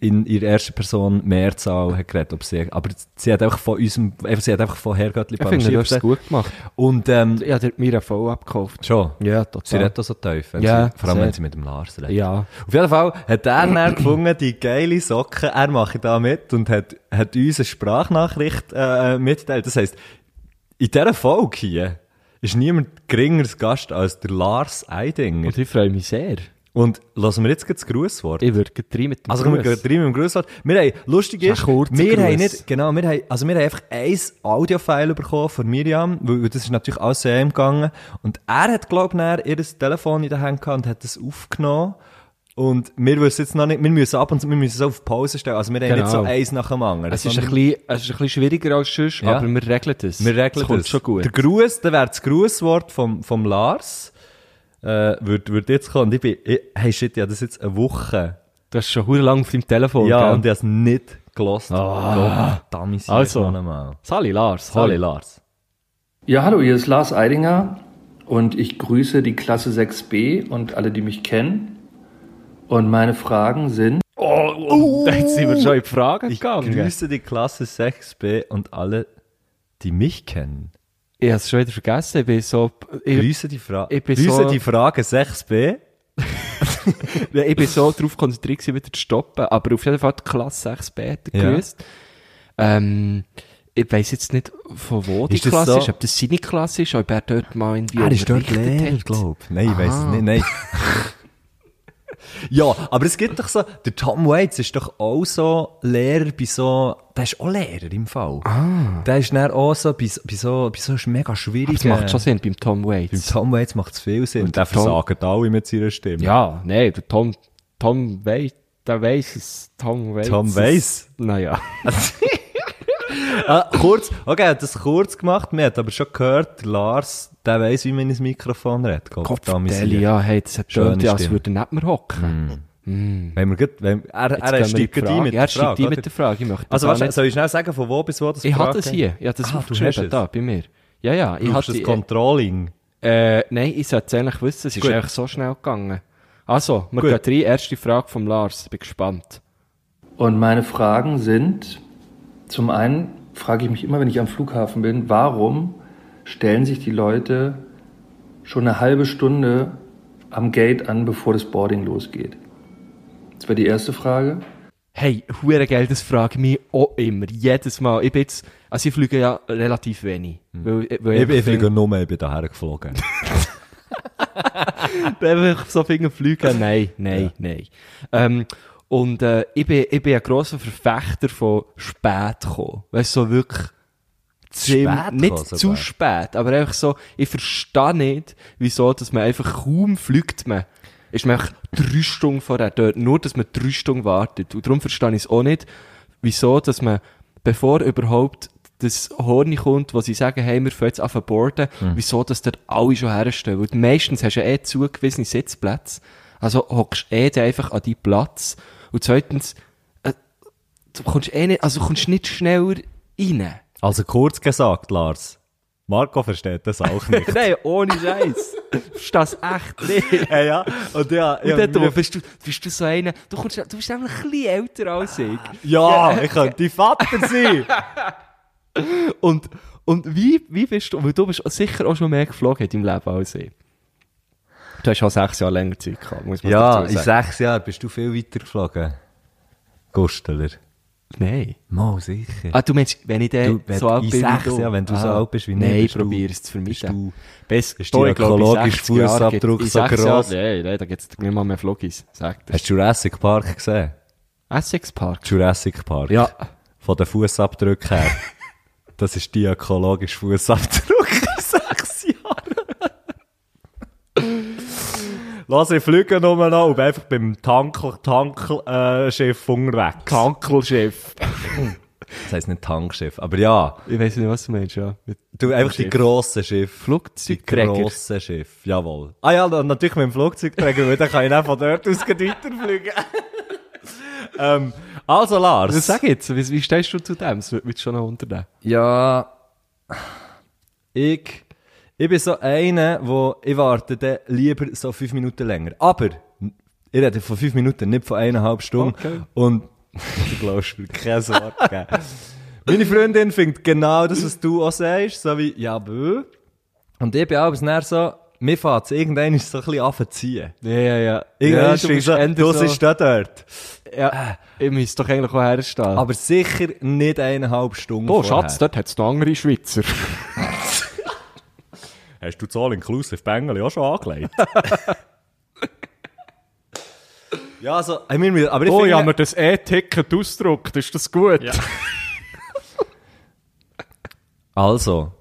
[SPEAKER 5] in ihrer ersten Person Mehrzahl hat geredet, ob sie, aber sie hat einfach von unserem, einfach, sie hat einfach von Herrgöttli
[SPEAKER 1] Ich finde, du hast es gut gemacht.
[SPEAKER 5] Und, ähm,
[SPEAKER 1] Ja, der hat mir einen voll abgekauft.
[SPEAKER 5] schon.
[SPEAKER 1] Ja, total.
[SPEAKER 5] Sie redet auch so tief. wenn
[SPEAKER 1] Ja,
[SPEAKER 5] sie, vor allem,
[SPEAKER 1] sehr.
[SPEAKER 5] wenn sie mit dem Lars redet.
[SPEAKER 1] Ja.
[SPEAKER 5] Auf jeden Fall hat er
[SPEAKER 1] *clears throat*
[SPEAKER 5] dann gefunden, die geile Socken, er mache da mit und hat, hat uns eine Sprachnachricht äh, mitgeteilt. Das heisst, in dieser Folge hier ist niemand geringeres Gast als der Lars Eidinger.
[SPEAKER 1] Und ich freue mich sehr.
[SPEAKER 5] Und lassen wir jetzt gleich das Grußwort.
[SPEAKER 1] Ich würde gleich rein mit dem
[SPEAKER 5] Also komm, wir gehen
[SPEAKER 1] Gruß.
[SPEAKER 5] rein mit dem Grußwort. Wir haben, lustig
[SPEAKER 1] Das
[SPEAKER 5] ist,
[SPEAKER 1] ist ein kurzer
[SPEAKER 5] wir haben
[SPEAKER 1] Gruß.
[SPEAKER 5] nicht, genau, wir haben, also wir haben einfach ein Audio-File bekommen von Miriam, weil, weil das ist natürlich alles sehr ihm gegangen. Und er hat, glaube ich, nachher ihr Telefon in der Hand gehabt und hat das aufgenommen. Und wir wissen jetzt noch nicht, wir müssen ab und zu, wir müssen es auf Pause stellen. Also wir haben nicht
[SPEAKER 1] Genau.
[SPEAKER 5] so eins nach dem anderen.
[SPEAKER 1] Es ist, ein
[SPEAKER 5] sondern-
[SPEAKER 1] bisschen, es ist ein bisschen schwieriger als sonst,
[SPEAKER 5] Ja.
[SPEAKER 1] aber wir regeln das.
[SPEAKER 5] wir regeln
[SPEAKER 1] das. kommt
[SPEAKER 5] das.
[SPEAKER 1] schon gut.
[SPEAKER 5] Der Gruß, der wäre das Grußwort vom, vom Lars, äh, würde, würde jetzt kommen. Und ich bin, ich, hey shit, ja, das jetzt eine Woche.
[SPEAKER 1] Du hast schon hure lang auf deinem Telefon,
[SPEAKER 5] Ja,
[SPEAKER 1] gell?
[SPEAKER 5] und ich habe es nicht gelost.
[SPEAKER 1] Ah.
[SPEAKER 5] Gottverdammt,
[SPEAKER 1] Also.
[SPEAKER 5] noch einmal.
[SPEAKER 1] Sali Lars.
[SPEAKER 5] Hallo Lars.
[SPEAKER 2] Ja, hallo, hier ist Lars Eidinger und ich grüße die Klasse 6b und alle, die mich kennen. Und meine Fragen sind,
[SPEAKER 1] Da *laughs* jetzt sind wir schon in die Fragen
[SPEAKER 5] Ich
[SPEAKER 1] gegangen.
[SPEAKER 5] grüße die Klasse 6b und alle, die mich kennen.
[SPEAKER 1] Ich habe es schon wieder vergessen. Ich bin so, ich,
[SPEAKER 5] Grüße die, Fra
[SPEAKER 1] ich bin
[SPEAKER 5] grüße
[SPEAKER 1] so-
[SPEAKER 5] die Frage 6b.
[SPEAKER 1] ich bin so darauf konzentriert, gewesen, wieder zu stoppen. Ah, Aber auf jeden Fall hat die Klasse 6b hat er
[SPEAKER 5] Ja.
[SPEAKER 1] grüßt. Ähm, ich weiss jetzt nicht, von wo die
[SPEAKER 5] Ist das
[SPEAKER 1] Klasse
[SPEAKER 5] so?
[SPEAKER 1] ist, ob das seine Klasse ist, ob er dort mal in
[SPEAKER 5] Ah,
[SPEAKER 1] unterrichtet hat.
[SPEAKER 5] glaube ich. Nein, ich weiß
[SPEAKER 1] Ah.
[SPEAKER 5] es nicht. Nein. ja, aber es gibt doch so, der Tom Waits ist doch auch so Lehrer bei so, der ist auch Lehrer im Fall. Ah. Der ist dann auch so bei, so- bei so, bei so mega schwierig.
[SPEAKER 1] Das macht schon Sinn beim Tom
[SPEAKER 5] Beim
[SPEAKER 1] Waits.
[SPEAKER 5] Tom Waits macht es viel Sinn. Und der
[SPEAKER 1] Tom-
[SPEAKER 5] versagt alle mit seiner Stimme.
[SPEAKER 1] Ja, nein, der Tom, Tom Waits, der weiss es. Tom Waits.
[SPEAKER 5] Tom
[SPEAKER 1] es-
[SPEAKER 5] Waits? *laughs*
[SPEAKER 1] Naja.
[SPEAKER 5] Ah, *laughs* kurz, okay, er hat das kurz gemacht, man hat aber schon gehört, der Lars, der weiss, wie man ins Mikrofon redet. Gott, verdammt,
[SPEAKER 1] Kopfdeli, ja, hey, das hat
[SPEAKER 5] Schöne
[SPEAKER 1] tönt ja, als
[SPEAKER 5] Stimme. Mhm.
[SPEAKER 1] würde er neben mir hocken.
[SPEAKER 5] Wenn wir grad, wenn, er, er
[SPEAKER 1] Jetzt gehen wir in die
[SPEAKER 5] steigt ein mit
[SPEAKER 1] Frage.
[SPEAKER 5] der
[SPEAKER 1] Ja, Er steigt
[SPEAKER 5] Frage.
[SPEAKER 1] ein
[SPEAKER 5] oder?
[SPEAKER 1] mit der Frage. Ich möchte
[SPEAKER 5] also,
[SPEAKER 1] da
[SPEAKER 5] was,
[SPEAKER 1] nicht-
[SPEAKER 5] soll ich schnell sagen, von wo bis wo das
[SPEAKER 1] Ich
[SPEAKER 5] Frage
[SPEAKER 1] hatte es
[SPEAKER 5] geht?
[SPEAKER 1] hier. Ich hatte es
[SPEAKER 5] Ah, du hast
[SPEAKER 1] aufgeschrieben,
[SPEAKER 5] es.
[SPEAKER 1] da, bei mir. Ja, ja, ich
[SPEAKER 5] Du hast
[SPEAKER 1] hatte...
[SPEAKER 5] das Controlling.
[SPEAKER 1] äh, nein, ich sollte es eigentlich wissen, es ist
[SPEAKER 5] Gut.
[SPEAKER 1] eigentlich so schnell gegangen. Also, wir
[SPEAKER 5] Gut.
[SPEAKER 1] gehen rein. Erste Frage vom Lars. Bin gespannt.
[SPEAKER 2] und meine Fragen sind, zum einen frage ich mich immer, wenn ich am Flughafen bin, warum stellen sich die Leute schon eine halbe Stunde am Gate an, bevor das Boarding losgeht? Das wäre die erste Frage.
[SPEAKER 1] Hey, hure geil, das frage ich mich auch immer. Jedes Mal. Ich bin jetzt... Also, ich fliege ja relativ wenig. Weil, weil
[SPEAKER 5] Mhm. Ich bin
[SPEAKER 1] einfach
[SPEAKER 5] einfach nur, ich bin daher geflogen.
[SPEAKER 1] einfach so Finger fliegen. Nein, nein, nein. Ähm, und äh, ich, bin, ich bin ein grosser Verfechter von spät kommen. Weißt du, so wirklich zehn-
[SPEAKER 5] Spät kommen
[SPEAKER 1] nicht
[SPEAKER 5] sogar?
[SPEAKER 1] zu spät, aber einfach so, ich verstehe nicht, wieso, dass man einfach kaum fliegt man. Ist man einfach drei Stunden vorher dort, nur dass man drei Stunden wartet. Und darum verstehe ich es auch nicht, wieso, dass man, bevor überhaupt das Horn kommt, wo sie sagen, hey, wir fangen jetzt an zu boarden,
[SPEAKER 5] Hm.
[SPEAKER 1] wieso, dass dort alle schon herstellen. Weil meistens hast du ja eh zugewiesene Sitzplätze, also hockst eh dann einfach an deinen Platz. Und zweitens, äh, du kommst eh nicht, also kommst nicht schneller rein.
[SPEAKER 5] Also, kurz gesagt, Lars, Marco versteht das auch
[SPEAKER 1] *laughs*
[SPEAKER 5] nicht.
[SPEAKER 1] Nein, ohne Scheiß. Verstehst das echt nicht? *laughs*
[SPEAKER 5] ja, ja. Und ja,
[SPEAKER 1] Und
[SPEAKER 5] ja,
[SPEAKER 1] dann
[SPEAKER 5] wir-
[SPEAKER 1] du, bist du, bist du so einer, du, kommst, du bist nämlich ein bisschen älter als ich.
[SPEAKER 5] ja, ich könnte dein Vater sein.
[SPEAKER 1] Und, und wie, wie bist du, weil du bist sicher auch schon mehr geflogen in deinem Leben als ich. Du hast auch sechs Jahre länger Zeit gehabt, muss man
[SPEAKER 5] ja,
[SPEAKER 1] dazu
[SPEAKER 5] in
[SPEAKER 1] sagen.
[SPEAKER 5] sechs Jahren bist du viel weiter geflogen. Gusteler.
[SPEAKER 1] Nein.
[SPEAKER 5] Mal sicher.
[SPEAKER 1] Ah, du meinst, wenn ich
[SPEAKER 5] Du,
[SPEAKER 1] dann
[SPEAKER 5] wenn
[SPEAKER 1] so
[SPEAKER 5] du-
[SPEAKER 1] alt
[SPEAKER 5] in
[SPEAKER 1] bin wie
[SPEAKER 5] sechs Jahren, wenn du so
[SPEAKER 1] Ah.
[SPEAKER 5] alt bist wie ich,
[SPEAKER 1] Nein,
[SPEAKER 5] bist du-
[SPEAKER 1] probier es zu
[SPEAKER 5] bist du-
[SPEAKER 1] vermeiden. Best,
[SPEAKER 5] ist dein ökologische Fußabdruck so gross?
[SPEAKER 1] Nein, nein, da gibt es nicht mal mehr Flogis, sagt er.
[SPEAKER 5] Hast du Jurassic Park gesehen?
[SPEAKER 1] Essex Park.
[SPEAKER 5] Jurassic Park.
[SPEAKER 1] Ja.
[SPEAKER 5] Von den Fußabdrücken her. Das ist die ökologische Fußabdruck in *laughs* sechs Jahren. Lass ich fliegen nur noch und bin einfach beim Tankel, Tankel, äh, Schiff unterwegs.
[SPEAKER 1] Tankelschiff.
[SPEAKER 5] Das heisst nicht Tankschiff, aber ja.
[SPEAKER 1] Ich weiß nicht, was du meinst, ja. Mit
[SPEAKER 5] Du, einfach die
[SPEAKER 1] Schiff.
[SPEAKER 5] grossen Schiffe.
[SPEAKER 1] Flugzeugträger.
[SPEAKER 5] Die grossen Schiffe, jawohl. Ah ja, na- natürlich mit dem Flugzeugträger, weil dann kann ich dann von dort aus gleich *laughs* weiterfliegen. ähm, also Lars.
[SPEAKER 1] Was sag jetzt? Wie, wie stehst du zu dem? Das würde mich schon noch unternehmen.
[SPEAKER 5] Ja. Ich, ich bin so einer, wo ich warte dann lieber so fünf Minuten länger. Aber ich rede von fünf Minuten, nicht von eineinhalb Stunden.
[SPEAKER 1] Okay.
[SPEAKER 5] Und *laughs* Du glaubst mir kein Wort geben. Meine Freundin findet genau das, was du auch sagst, so wie, ja, bö. Und ich bin auch näher so, mir fährt es irgendwann so ein bisschen an zu ziehen.
[SPEAKER 1] Ja, ja, ja.
[SPEAKER 5] Irgendwann
[SPEAKER 1] ja,
[SPEAKER 5] ist es so,
[SPEAKER 1] eher
[SPEAKER 5] das ist da dort.
[SPEAKER 1] Ja, ich müsste doch eigentlich auch herstehen.
[SPEAKER 5] Aber sicher nicht eineinhalb Stunden
[SPEAKER 1] oh,
[SPEAKER 5] vorher.
[SPEAKER 1] Schatz, dort hat es noch andere Schweizer.
[SPEAKER 5] Hast du das All-Inclusive Bengel auch schon angelegt? ja, also, ich meine, aber ich
[SPEAKER 1] Oh,
[SPEAKER 5] finde...
[SPEAKER 1] ja, mir das E-Ticket ausdruckt, ist das gut? Ja.
[SPEAKER 5] Also,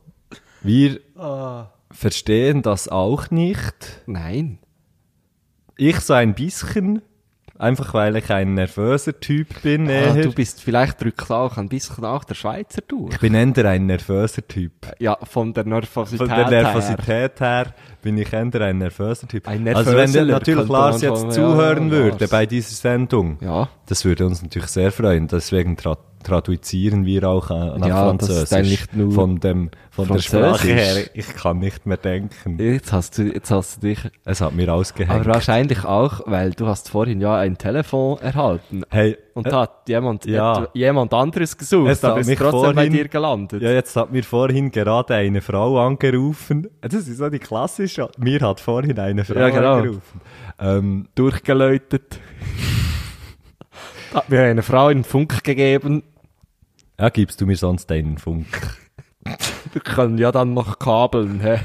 [SPEAKER 5] wir
[SPEAKER 1] Ah.
[SPEAKER 5] verstehen das auch nicht.
[SPEAKER 1] *laughs* Nein.
[SPEAKER 5] Ich so ein bisschen, einfach weil ich ein nervöser Typ bin.
[SPEAKER 1] Ah,
[SPEAKER 5] eher.
[SPEAKER 1] du bist vielleicht drückt auch ein bisschen nach der Schweizer durch.
[SPEAKER 5] ich bin eher ein nervöser Typ.
[SPEAKER 1] Ja, von der Nervosität
[SPEAKER 5] Von der
[SPEAKER 1] her.
[SPEAKER 5] Nervosität her bin ich eher ein nervöser Typ.
[SPEAKER 1] Ein
[SPEAKER 5] also wenn
[SPEAKER 1] Nervöseler
[SPEAKER 5] natürlich
[SPEAKER 1] könnte
[SPEAKER 5] Lars
[SPEAKER 1] man
[SPEAKER 5] jetzt
[SPEAKER 1] schon-
[SPEAKER 5] zuhören
[SPEAKER 1] ja,
[SPEAKER 5] würde
[SPEAKER 1] Lars.
[SPEAKER 5] bei dieser Sendung,
[SPEAKER 1] Ja,
[SPEAKER 5] das würde uns natürlich sehr freuen. Deswegen tra traduzieren wir auch an an
[SPEAKER 1] Ja, das ist
[SPEAKER 5] Französisch.
[SPEAKER 1] eigentlich nur
[SPEAKER 5] Von, dem, von der Sprache
[SPEAKER 1] Französisch.
[SPEAKER 5] her, ich kann nicht mehr denken.
[SPEAKER 1] jetzt hast du, jetzt hast du dich...
[SPEAKER 5] Es hat mir ausgehängt.
[SPEAKER 1] Aber wahrscheinlich auch, weil du hast vorhin ja ein Telefon erhalten.
[SPEAKER 5] Hey,
[SPEAKER 1] Und
[SPEAKER 5] äh,
[SPEAKER 1] da hat jemand,
[SPEAKER 5] ja.
[SPEAKER 1] hat jemand anderes gesucht,
[SPEAKER 5] Es hat
[SPEAKER 1] aber ist
[SPEAKER 5] mich
[SPEAKER 1] trotzdem bei
[SPEAKER 5] vorhin-
[SPEAKER 1] dir gelandet.
[SPEAKER 5] Ja, jetzt hat mir vorhin gerade eine Frau angerufen. Äh, Das ist so die klassische. Mir hat vorhin eine Frau
[SPEAKER 1] Ja, genau.
[SPEAKER 5] angerufen. Ähm,
[SPEAKER 1] Durchgeläutet. Da hat mir eine Frau in den Funk gegeben.
[SPEAKER 5] ja, gibst du mir sonst einen Funk?
[SPEAKER 1] Wir können ja dann noch kabeln. hä?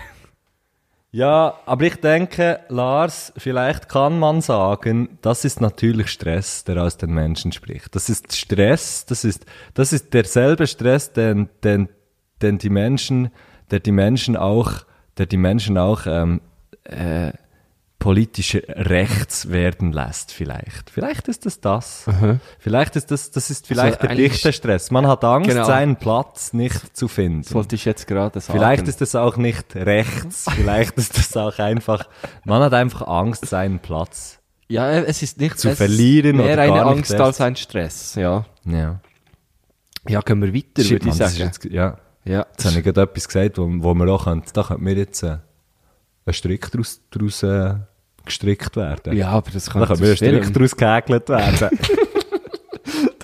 [SPEAKER 5] Ja, aber ich denke, Lars, vielleicht kann man sagen, das ist natürlich Stress, der aus den Menschen spricht. Das ist Stress, das ist, das ist derselbe Stress, den, den, den die Menschen, der die Menschen auch, der die Menschen auch ähm, politische rechts werden lässt, vielleicht. Vielleicht ist das das. Vielleicht ist das, das ist vielleicht der
[SPEAKER 1] Also eigentlich-
[SPEAKER 5] dichte Stress. Man hat Angst,
[SPEAKER 1] Genau.
[SPEAKER 5] seinen Platz nicht zu finden.
[SPEAKER 1] Das wollte ich jetzt gerade sagen.
[SPEAKER 5] Vielleicht ist das auch nicht
[SPEAKER 1] *laughs*
[SPEAKER 5] rechts, vielleicht ist das auch einfach, man hat einfach Angst, seinen Platz.
[SPEAKER 1] ja, es ist nicht
[SPEAKER 5] zu
[SPEAKER 1] es
[SPEAKER 5] verlieren
[SPEAKER 1] ist mehr
[SPEAKER 5] oder
[SPEAKER 1] eine
[SPEAKER 5] gar nicht
[SPEAKER 1] Angst
[SPEAKER 5] erst.
[SPEAKER 1] als ein Stress. Ja,
[SPEAKER 5] Ja.
[SPEAKER 1] ja gehen wir weiter,
[SPEAKER 5] Shit,
[SPEAKER 1] würde ich
[SPEAKER 5] Mann, das ist
[SPEAKER 1] sagen.
[SPEAKER 5] jetzt, ja.
[SPEAKER 1] Ja,
[SPEAKER 5] Jetzt habe ich gerade etwas gesagt, wo, wo wir auch können, da könnte mir jetzt äh, ein Strick draus, draus äh, gestrickt werden.
[SPEAKER 1] ja aber das
[SPEAKER 5] Da
[SPEAKER 1] kann
[SPEAKER 5] könnte mir ein Strick draus gehäkelt werden.
[SPEAKER 1] *laughs*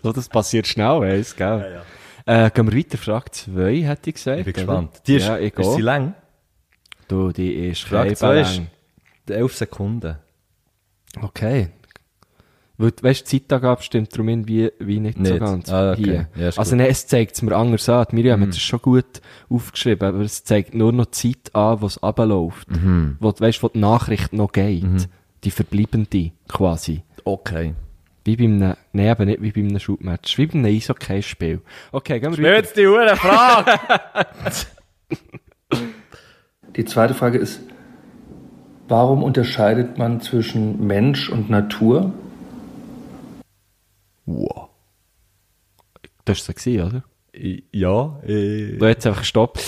[SPEAKER 1] Oh, das passiert schnell, weiss, gell? Äh, gehen wir weiter, Frage 2, hätte ich gesagt.
[SPEAKER 5] Ich bin
[SPEAKER 1] oder?
[SPEAKER 5] gespannt. Die ist,
[SPEAKER 1] ja, ich
[SPEAKER 5] ist sie
[SPEAKER 1] auch.
[SPEAKER 5] lang?
[SPEAKER 1] Du, die ist
[SPEAKER 5] Frage
[SPEAKER 1] kein
[SPEAKER 5] 2 ist
[SPEAKER 1] Ballon.
[SPEAKER 5] 11 Sekunden.
[SPEAKER 1] Okay. Weil, weißt du, die Zeitangabe stimmt darum irgendwie wie nicht, so
[SPEAKER 5] Nicht.
[SPEAKER 1] ganz
[SPEAKER 5] Ah, okay.
[SPEAKER 1] hier.
[SPEAKER 5] Ja, ist gut.
[SPEAKER 1] also
[SPEAKER 5] Mhm.
[SPEAKER 1] nein, es zeigt es mir anders an. Die Miriam hat es schon gut aufgeschrieben, aber es zeigt nur noch die Zeit an, wo es runterläuft.
[SPEAKER 5] Mhm.
[SPEAKER 1] Wo, du weißt, wo die Nachricht noch geht. Die verbleibende quasi.
[SPEAKER 5] Okay.
[SPEAKER 1] Wie bei einem, nein, eben nicht wie bei einem Shootmatch. Wie bei einem Eishockey-Spiel. Okay, gehen wir
[SPEAKER 5] Nimm *laughs*
[SPEAKER 1] weiter.
[SPEAKER 5] jetzt die Uhr, Frage!
[SPEAKER 2] Die zweite Frage ist, warum unterscheidet man zwischen Mensch und Natur?
[SPEAKER 1] Wow. Das war es, gewesen, oder?
[SPEAKER 5] ja, äh,
[SPEAKER 1] Du jetzt einfach Stopp.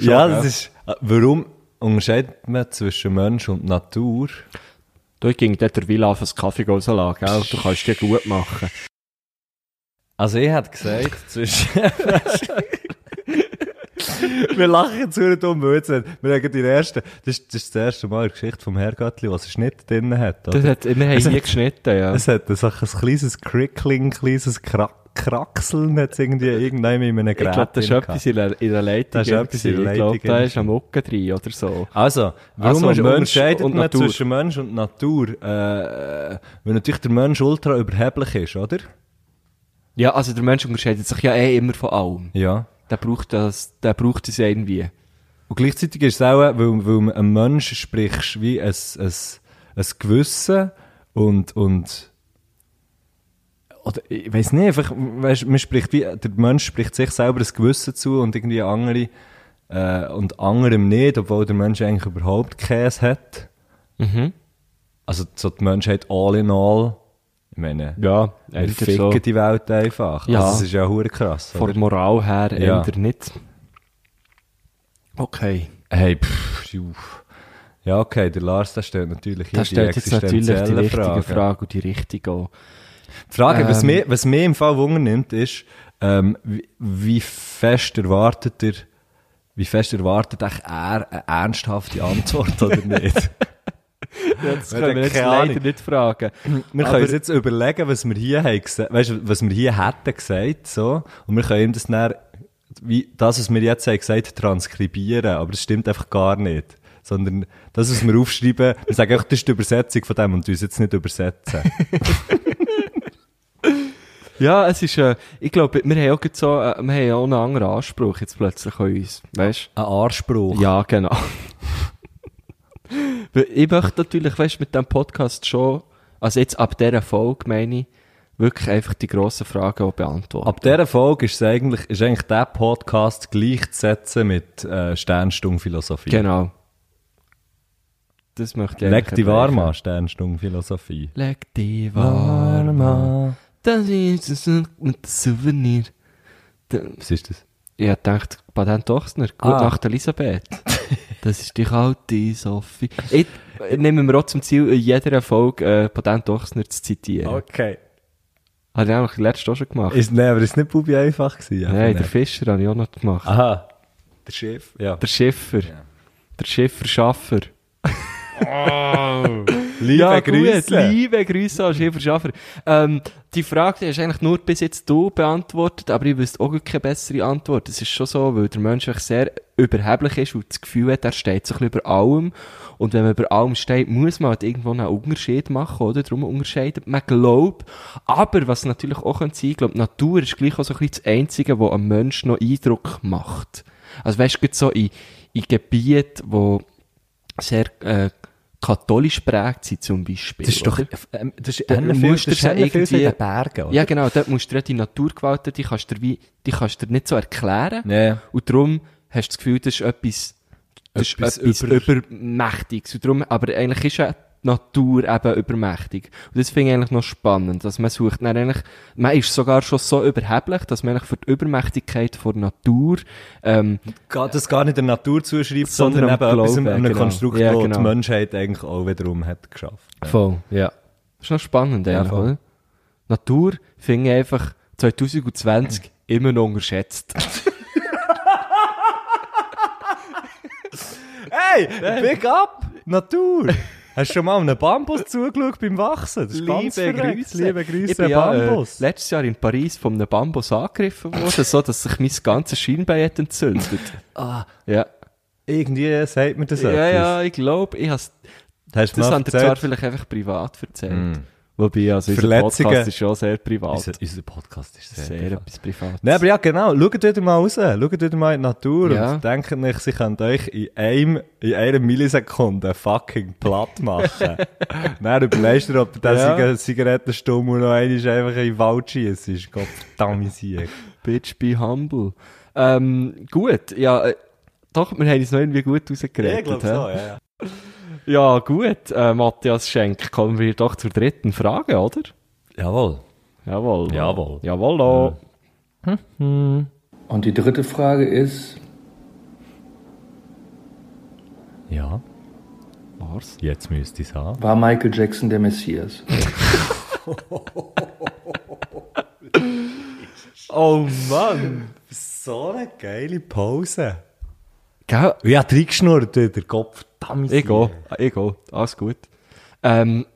[SPEAKER 5] ja, das ist. äh, Warum unterscheidet man zwischen Mensch und Natur?
[SPEAKER 1] Du ging dort der Villa auf einen Kaffee rauslassen, gell? Du kannst dir
[SPEAKER 5] *laughs*
[SPEAKER 1] gut machen.
[SPEAKER 5] Also, ich hätte gesagt, zwischen. *laughs* Wir lachen jetzt nur dumm, weil jetzt- wir haben den ersten. Das ist das, ist das erste Mal in der Geschichte vom Herrgöttli, was er Schnitt drin hat.
[SPEAKER 1] Das
[SPEAKER 5] Oder?
[SPEAKER 1] hat, wir haben hier geschnitten, ja.
[SPEAKER 5] Es hat so ein kleines Crickling, kleines Kra Kraxeln, hat es irgendwie irgendeinem in einem Gerät.
[SPEAKER 1] Ich glaube, das ist
[SPEAKER 5] drin
[SPEAKER 1] etwas in der, in der Leitung.
[SPEAKER 5] Das ist etwas in der
[SPEAKER 1] gewesen. Ich glaube,
[SPEAKER 5] Leitung
[SPEAKER 1] da ist am Mucke drin oder so.
[SPEAKER 5] Also, warum
[SPEAKER 1] Also,
[SPEAKER 5] also,
[SPEAKER 1] Mensch
[SPEAKER 5] unterscheidet
[SPEAKER 1] und
[SPEAKER 5] man
[SPEAKER 1] Natur.
[SPEAKER 5] zwischen Mensch und Natur? Äh, weil natürlich der Mensch ultra überheblich ist, oder?
[SPEAKER 1] Ja, also der Mensch unterscheidet sich ja eh immer von allem.
[SPEAKER 5] Ja.
[SPEAKER 1] Der braucht das, der braucht es ja irgendwie.
[SPEAKER 5] Und gleichzeitig ist es auch, weil, weil ein Mensch sprichst wie ein, ein, ein Gewissen und, und oder ich weiß nicht, einfach, weißt, man spricht wie, der Mensch spricht sich selber ein Gewissen zu und irgendwie andere äh, und anderem nicht, obwohl der Mensch eigentlich überhaupt Käse hat.
[SPEAKER 1] Mhm.
[SPEAKER 5] Also so die Menschheit all in all, ich meine,
[SPEAKER 1] Ja,
[SPEAKER 5] wir ficken die Welt einfach.
[SPEAKER 1] Ja.
[SPEAKER 5] Also, das ist ja hure krass.
[SPEAKER 1] Von der
[SPEAKER 5] oder?
[SPEAKER 1] Moral her
[SPEAKER 5] Ja.
[SPEAKER 1] eher nicht. Okay.
[SPEAKER 5] Hey, pff, juh. ja okay, der Lars, der stellt natürlich hier
[SPEAKER 1] Das stellt jetzt natürlich die
[SPEAKER 5] existenziellen
[SPEAKER 1] richtige Frage, Ähm,
[SPEAKER 5] Fragen.
[SPEAKER 1] und die richtige auch.
[SPEAKER 5] Die Frage, was, mich, was mich im Fall Wunder nimmt, ist, ähm, wie, wie fest erwartet er, wie fest erwartet eigentlich er eine ernsthafte Antwort oder nicht?
[SPEAKER 1] Das
[SPEAKER 5] Wir
[SPEAKER 1] können wir
[SPEAKER 5] haben
[SPEAKER 1] jetzt
[SPEAKER 5] keine
[SPEAKER 1] leider
[SPEAKER 5] Ahnung.
[SPEAKER 1] nicht fragen.
[SPEAKER 5] Wir können uns jetzt überlegen, was wir hier haben gesagt, weißt, du, was wir hier hätten gesagt, so. Und wir können ihm das dann, wie, das, was wir jetzt haben gesagt, transkribieren. Aber das stimmt einfach gar nicht. Sondern das, was wir aufschreiben, wir sagen einfach, das ist die Übersetzung von dem und uns jetzt nicht übersetzen.
[SPEAKER 1] Ja, es ist, äh, ich glaube, wir haben auch gerade so, äh, wir haben auch einen anderen Anspruch jetzt plötzlich an uns. Weißt
[SPEAKER 5] Ein Anspruch.
[SPEAKER 1] Ja, genau. Weil ich möchte natürlich, weißt mit diesem Podcast schon, also jetzt ab dieser Folge meine ich, wirklich einfach die grossen Fragen auch beantworten.
[SPEAKER 5] Ab dieser Folge ist, es eigentlich, ist eigentlich der Podcast gleichzusetzen mit äh, Sternstundenphilosophie.
[SPEAKER 1] genau. Das möchte ich
[SPEAKER 5] Leg
[SPEAKER 1] eigentlich
[SPEAKER 5] die warm an,
[SPEAKER 1] erreichen.
[SPEAKER 5] Sternstundenphilosophie.
[SPEAKER 1] Leg die warm an. Das ist es mit dem Souvenir. Da-
[SPEAKER 5] Was ist das?
[SPEAKER 1] Ich hab gedacht, Patent Ochsner, gut
[SPEAKER 5] Ah.
[SPEAKER 1] Nacht
[SPEAKER 5] *laughs*
[SPEAKER 1] Elisabeth. Das ist die kalte Sophie. Ich ich nehme mir auch zum Ziel, in jeder Folge äh, Patent Ochsner zu zitieren.
[SPEAKER 5] Okay.
[SPEAKER 1] Habe ich nämlich letztes Jahr schon gemacht.
[SPEAKER 5] Ist, nee, aber ist nicht Bubi einfach gewesen?
[SPEAKER 1] Nein, der Fischer habe ich auch noch gemacht.
[SPEAKER 5] Aha. Der Chef. Ah. Ja.
[SPEAKER 1] Der Schiffer. Der Schiffer-Schaffer.
[SPEAKER 5] Liebe
[SPEAKER 1] liebe Grüße an Schiffer-Schaffer. Ähm, die Frage hast eigentlich nur bis jetzt du beantwortet, aber ich wüsste auch gar keine bessere Antwort. Es ist schon so, weil der Mensch eigentlich sehr überheblich ist und das Gefühl hat, er steht so ein bisschen über allem. Und wenn man über allem steht, muss man halt irgendwo einen Unterschied machen, oder? Darum unterscheidet man Glaube. Aber was natürlich auch könnte sein, ich glaube, die Natur ist gleich auch so ein bisschen das Einzige, was am Menschen noch Eindruck macht. Also weißt du, gerade so in, in Gebieten, wo sehr äh, katholisch prägt sind zum Beispiel.
[SPEAKER 5] Das ist doch,
[SPEAKER 1] oder?
[SPEAKER 5] ähm, das ist
[SPEAKER 1] Da
[SPEAKER 5] ein
[SPEAKER 1] musst
[SPEAKER 5] Muster,
[SPEAKER 1] du
[SPEAKER 5] das ist ein
[SPEAKER 1] schon
[SPEAKER 5] Film in
[SPEAKER 1] irgendwie-
[SPEAKER 5] den Bergen, oder?
[SPEAKER 1] Ja, genau, dort musst du ja die Naturgewalten, die kannst du dir, wie, die kannst du dir nicht so erklären.
[SPEAKER 5] Nee.
[SPEAKER 1] Und darum hast du das Gefühl, das ist etwas, das
[SPEAKER 5] Etwas
[SPEAKER 1] ist etwas
[SPEAKER 5] über-
[SPEAKER 1] Übermächtiges. Und darum, aber eigentlich ist ja die Natur eben übermächtig. Und das finde ich eigentlich noch spannend, dass man sucht dann eigentlich, man ist sogar schon so überheblich, dass man eigentlich für die Übermächtigkeit von Natur, ähm,
[SPEAKER 5] Ga- Das gar nicht der Natur zuschreibt,
[SPEAKER 1] Sondern
[SPEAKER 5] sondern,
[SPEAKER 1] am
[SPEAKER 5] eben etwas,
[SPEAKER 1] Glauben,
[SPEAKER 5] einem
[SPEAKER 1] genau.
[SPEAKER 5] Konstrukt,
[SPEAKER 1] Ja,
[SPEAKER 5] wo
[SPEAKER 1] genau.
[SPEAKER 5] die Menschheit eigentlich auch wiederum hat geschafft.
[SPEAKER 1] Voll, ja. Das ist noch spannend, eigentlich,
[SPEAKER 5] voll.
[SPEAKER 1] oder? Natur finde ich einfach 2020 immer
[SPEAKER 5] *laughs*
[SPEAKER 1] noch unterschätzt.
[SPEAKER 5] Hey, big up! Natur! *laughs* Hast du schon mal einem Bambus zugeschaut beim Wachsen? Das ist ganz verrückt. Liebe Grüße,
[SPEAKER 1] ich bin ja,
[SPEAKER 5] Bambus.
[SPEAKER 1] Äh, letztes Jahr in Paris von einem Bambus angegriffen worden, so dass sich mein ganzes Schienbein hat entzündet.
[SPEAKER 5] *laughs* ah,
[SPEAKER 1] ja.
[SPEAKER 5] irgendwie sagt mir das
[SPEAKER 1] ja,
[SPEAKER 5] etwas.
[SPEAKER 1] ja, ich glaube, ich has,
[SPEAKER 5] Hast du
[SPEAKER 1] das
[SPEAKER 5] mal
[SPEAKER 1] haben zwar
[SPEAKER 5] erzählt?
[SPEAKER 1] vielleicht einfach privat erzählt. Wobei, also unser
[SPEAKER 5] Hm. Verletzungen.
[SPEAKER 1] Podcast ist schon sehr privat.
[SPEAKER 5] Unser, unser Podcast ist sehr,
[SPEAKER 1] sehr etwas privat.
[SPEAKER 5] Nein, aber ja, genau. Schaut wieder mal raus. Schaut wieder mal in die Natur
[SPEAKER 1] Ja.
[SPEAKER 5] und denkt nicht, sie könnt euch in, einem, in einer Millisekunde fucking platt *laughs* machen. Dann überlegst du, ob du ja.
[SPEAKER 1] Ja.
[SPEAKER 5] den Zigarettenstumm noch einmal einfach in den Wald schiessest. Gott, verdammt, Sieg.
[SPEAKER 1] Bitch, be humble. Ähm, gut, ja, äh, doch, wir haben es noch irgendwie gut rausgeredet.
[SPEAKER 5] *laughs*
[SPEAKER 1] hä?
[SPEAKER 5] ja.
[SPEAKER 1] Ja, gut, äh, Matthias Schenk, kommen wir doch zur dritten Frage, oder?
[SPEAKER 5] Jawohl.
[SPEAKER 1] Jawohl.
[SPEAKER 5] Jawohl.
[SPEAKER 1] Jawohl. Ja.
[SPEAKER 2] Und die dritte Frage ist,
[SPEAKER 5] Ja,
[SPEAKER 1] War's?
[SPEAKER 5] jetzt müsst ihr es haben.
[SPEAKER 2] war Michael Jackson der Messias?
[SPEAKER 5] Oh Mann, so eine geile Pause.
[SPEAKER 1] Gell?
[SPEAKER 5] Ja, reingeschnurrt wieder, Gott, verdammt.
[SPEAKER 1] Ich gehe, Ah, ich gehe, alles gut. Ähm,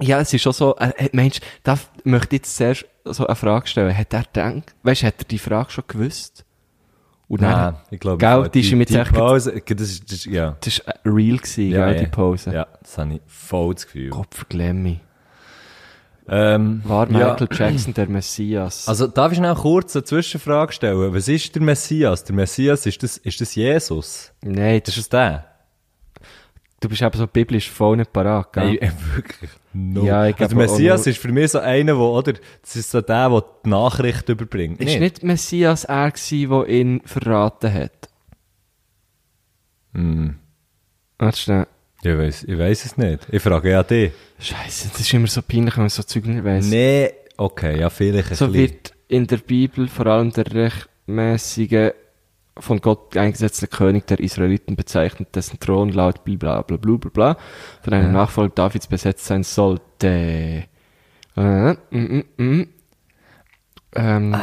[SPEAKER 1] ja, es ist schon so, äh, äh, Mensch, da f- möchte ich jetzt sehr so eine Frage stellen. Hat er gedacht, weißt, hat er die Frage schon gewusst? Und
[SPEAKER 5] Nein,
[SPEAKER 1] dann-
[SPEAKER 5] ich glaube,
[SPEAKER 1] Gell, die, ist ihm jetzt
[SPEAKER 5] die
[SPEAKER 1] echt,
[SPEAKER 5] Pause, das ist, das ist, ja.
[SPEAKER 1] das ist äh, real gewesen, gell, die Pause.
[SPEAKER 5] Ja, das habe ich voll das Gefühl.
[SPEAKER 1] Kopfglemmi.
[SPEAKER 5] Ähm,
[SPEAKER 1] War
[SPEAKER 5] ja,
[SPEAKER 1] Michael Jackson der Messias?
[SPEAKER 5] Also darf ich noch kurz eine Zwischenfrage stellen? Was ist der Messias? Der Messias, ist das, ist das Jesus?
[SPEAKER 1] Nein, das
[SPEAKER 5] Ist
[SPEAKER 1] ist,
[SPEAKER 5] das der?
[SPEAKER 1] du bist eben so biblisch voll nicht parat, gell?
[SPEAKER 5] Nein, äh, wirklich. No.
[SPEAKER 1] Ja, ich oh,
[SPEAKER 5] also,
[SPEAKER 1] glaube
[SPEAKER 5] der Messias
[SPEAKER 1] auch nur-
[SPEAKER 5] ist für mich so einer, der, oder, das ist so der, der die Nachricht überbringt.
[SPEAKER 1] Ist nicht Messias er gewesen, der ihn verraten hat? Hm. Warte schnell.
[SPEAKER 5] Ich weiß, ich weiß es nicht. Ich frage ja dich.
[SPEAKER 1] Scheiße, das ist immer so peinlich, wenn man so Zeug nicht weiss.
[SPEAKER 5] Nee, okay, ja, vielleicht ein
[SPEAKER 1] so
[SPEAKER 5] bisschen.
[SPEAKER 1] wird in der Bibel vor allem der rechtmäßige, von Gott eingesetzte König der Israeliten bezeichnet, dessen Thron laut bla bla bla bla bla bla von einem Nachfolger Davids besetzt sein sollte. Äh, mm, mm, mm. Ähm,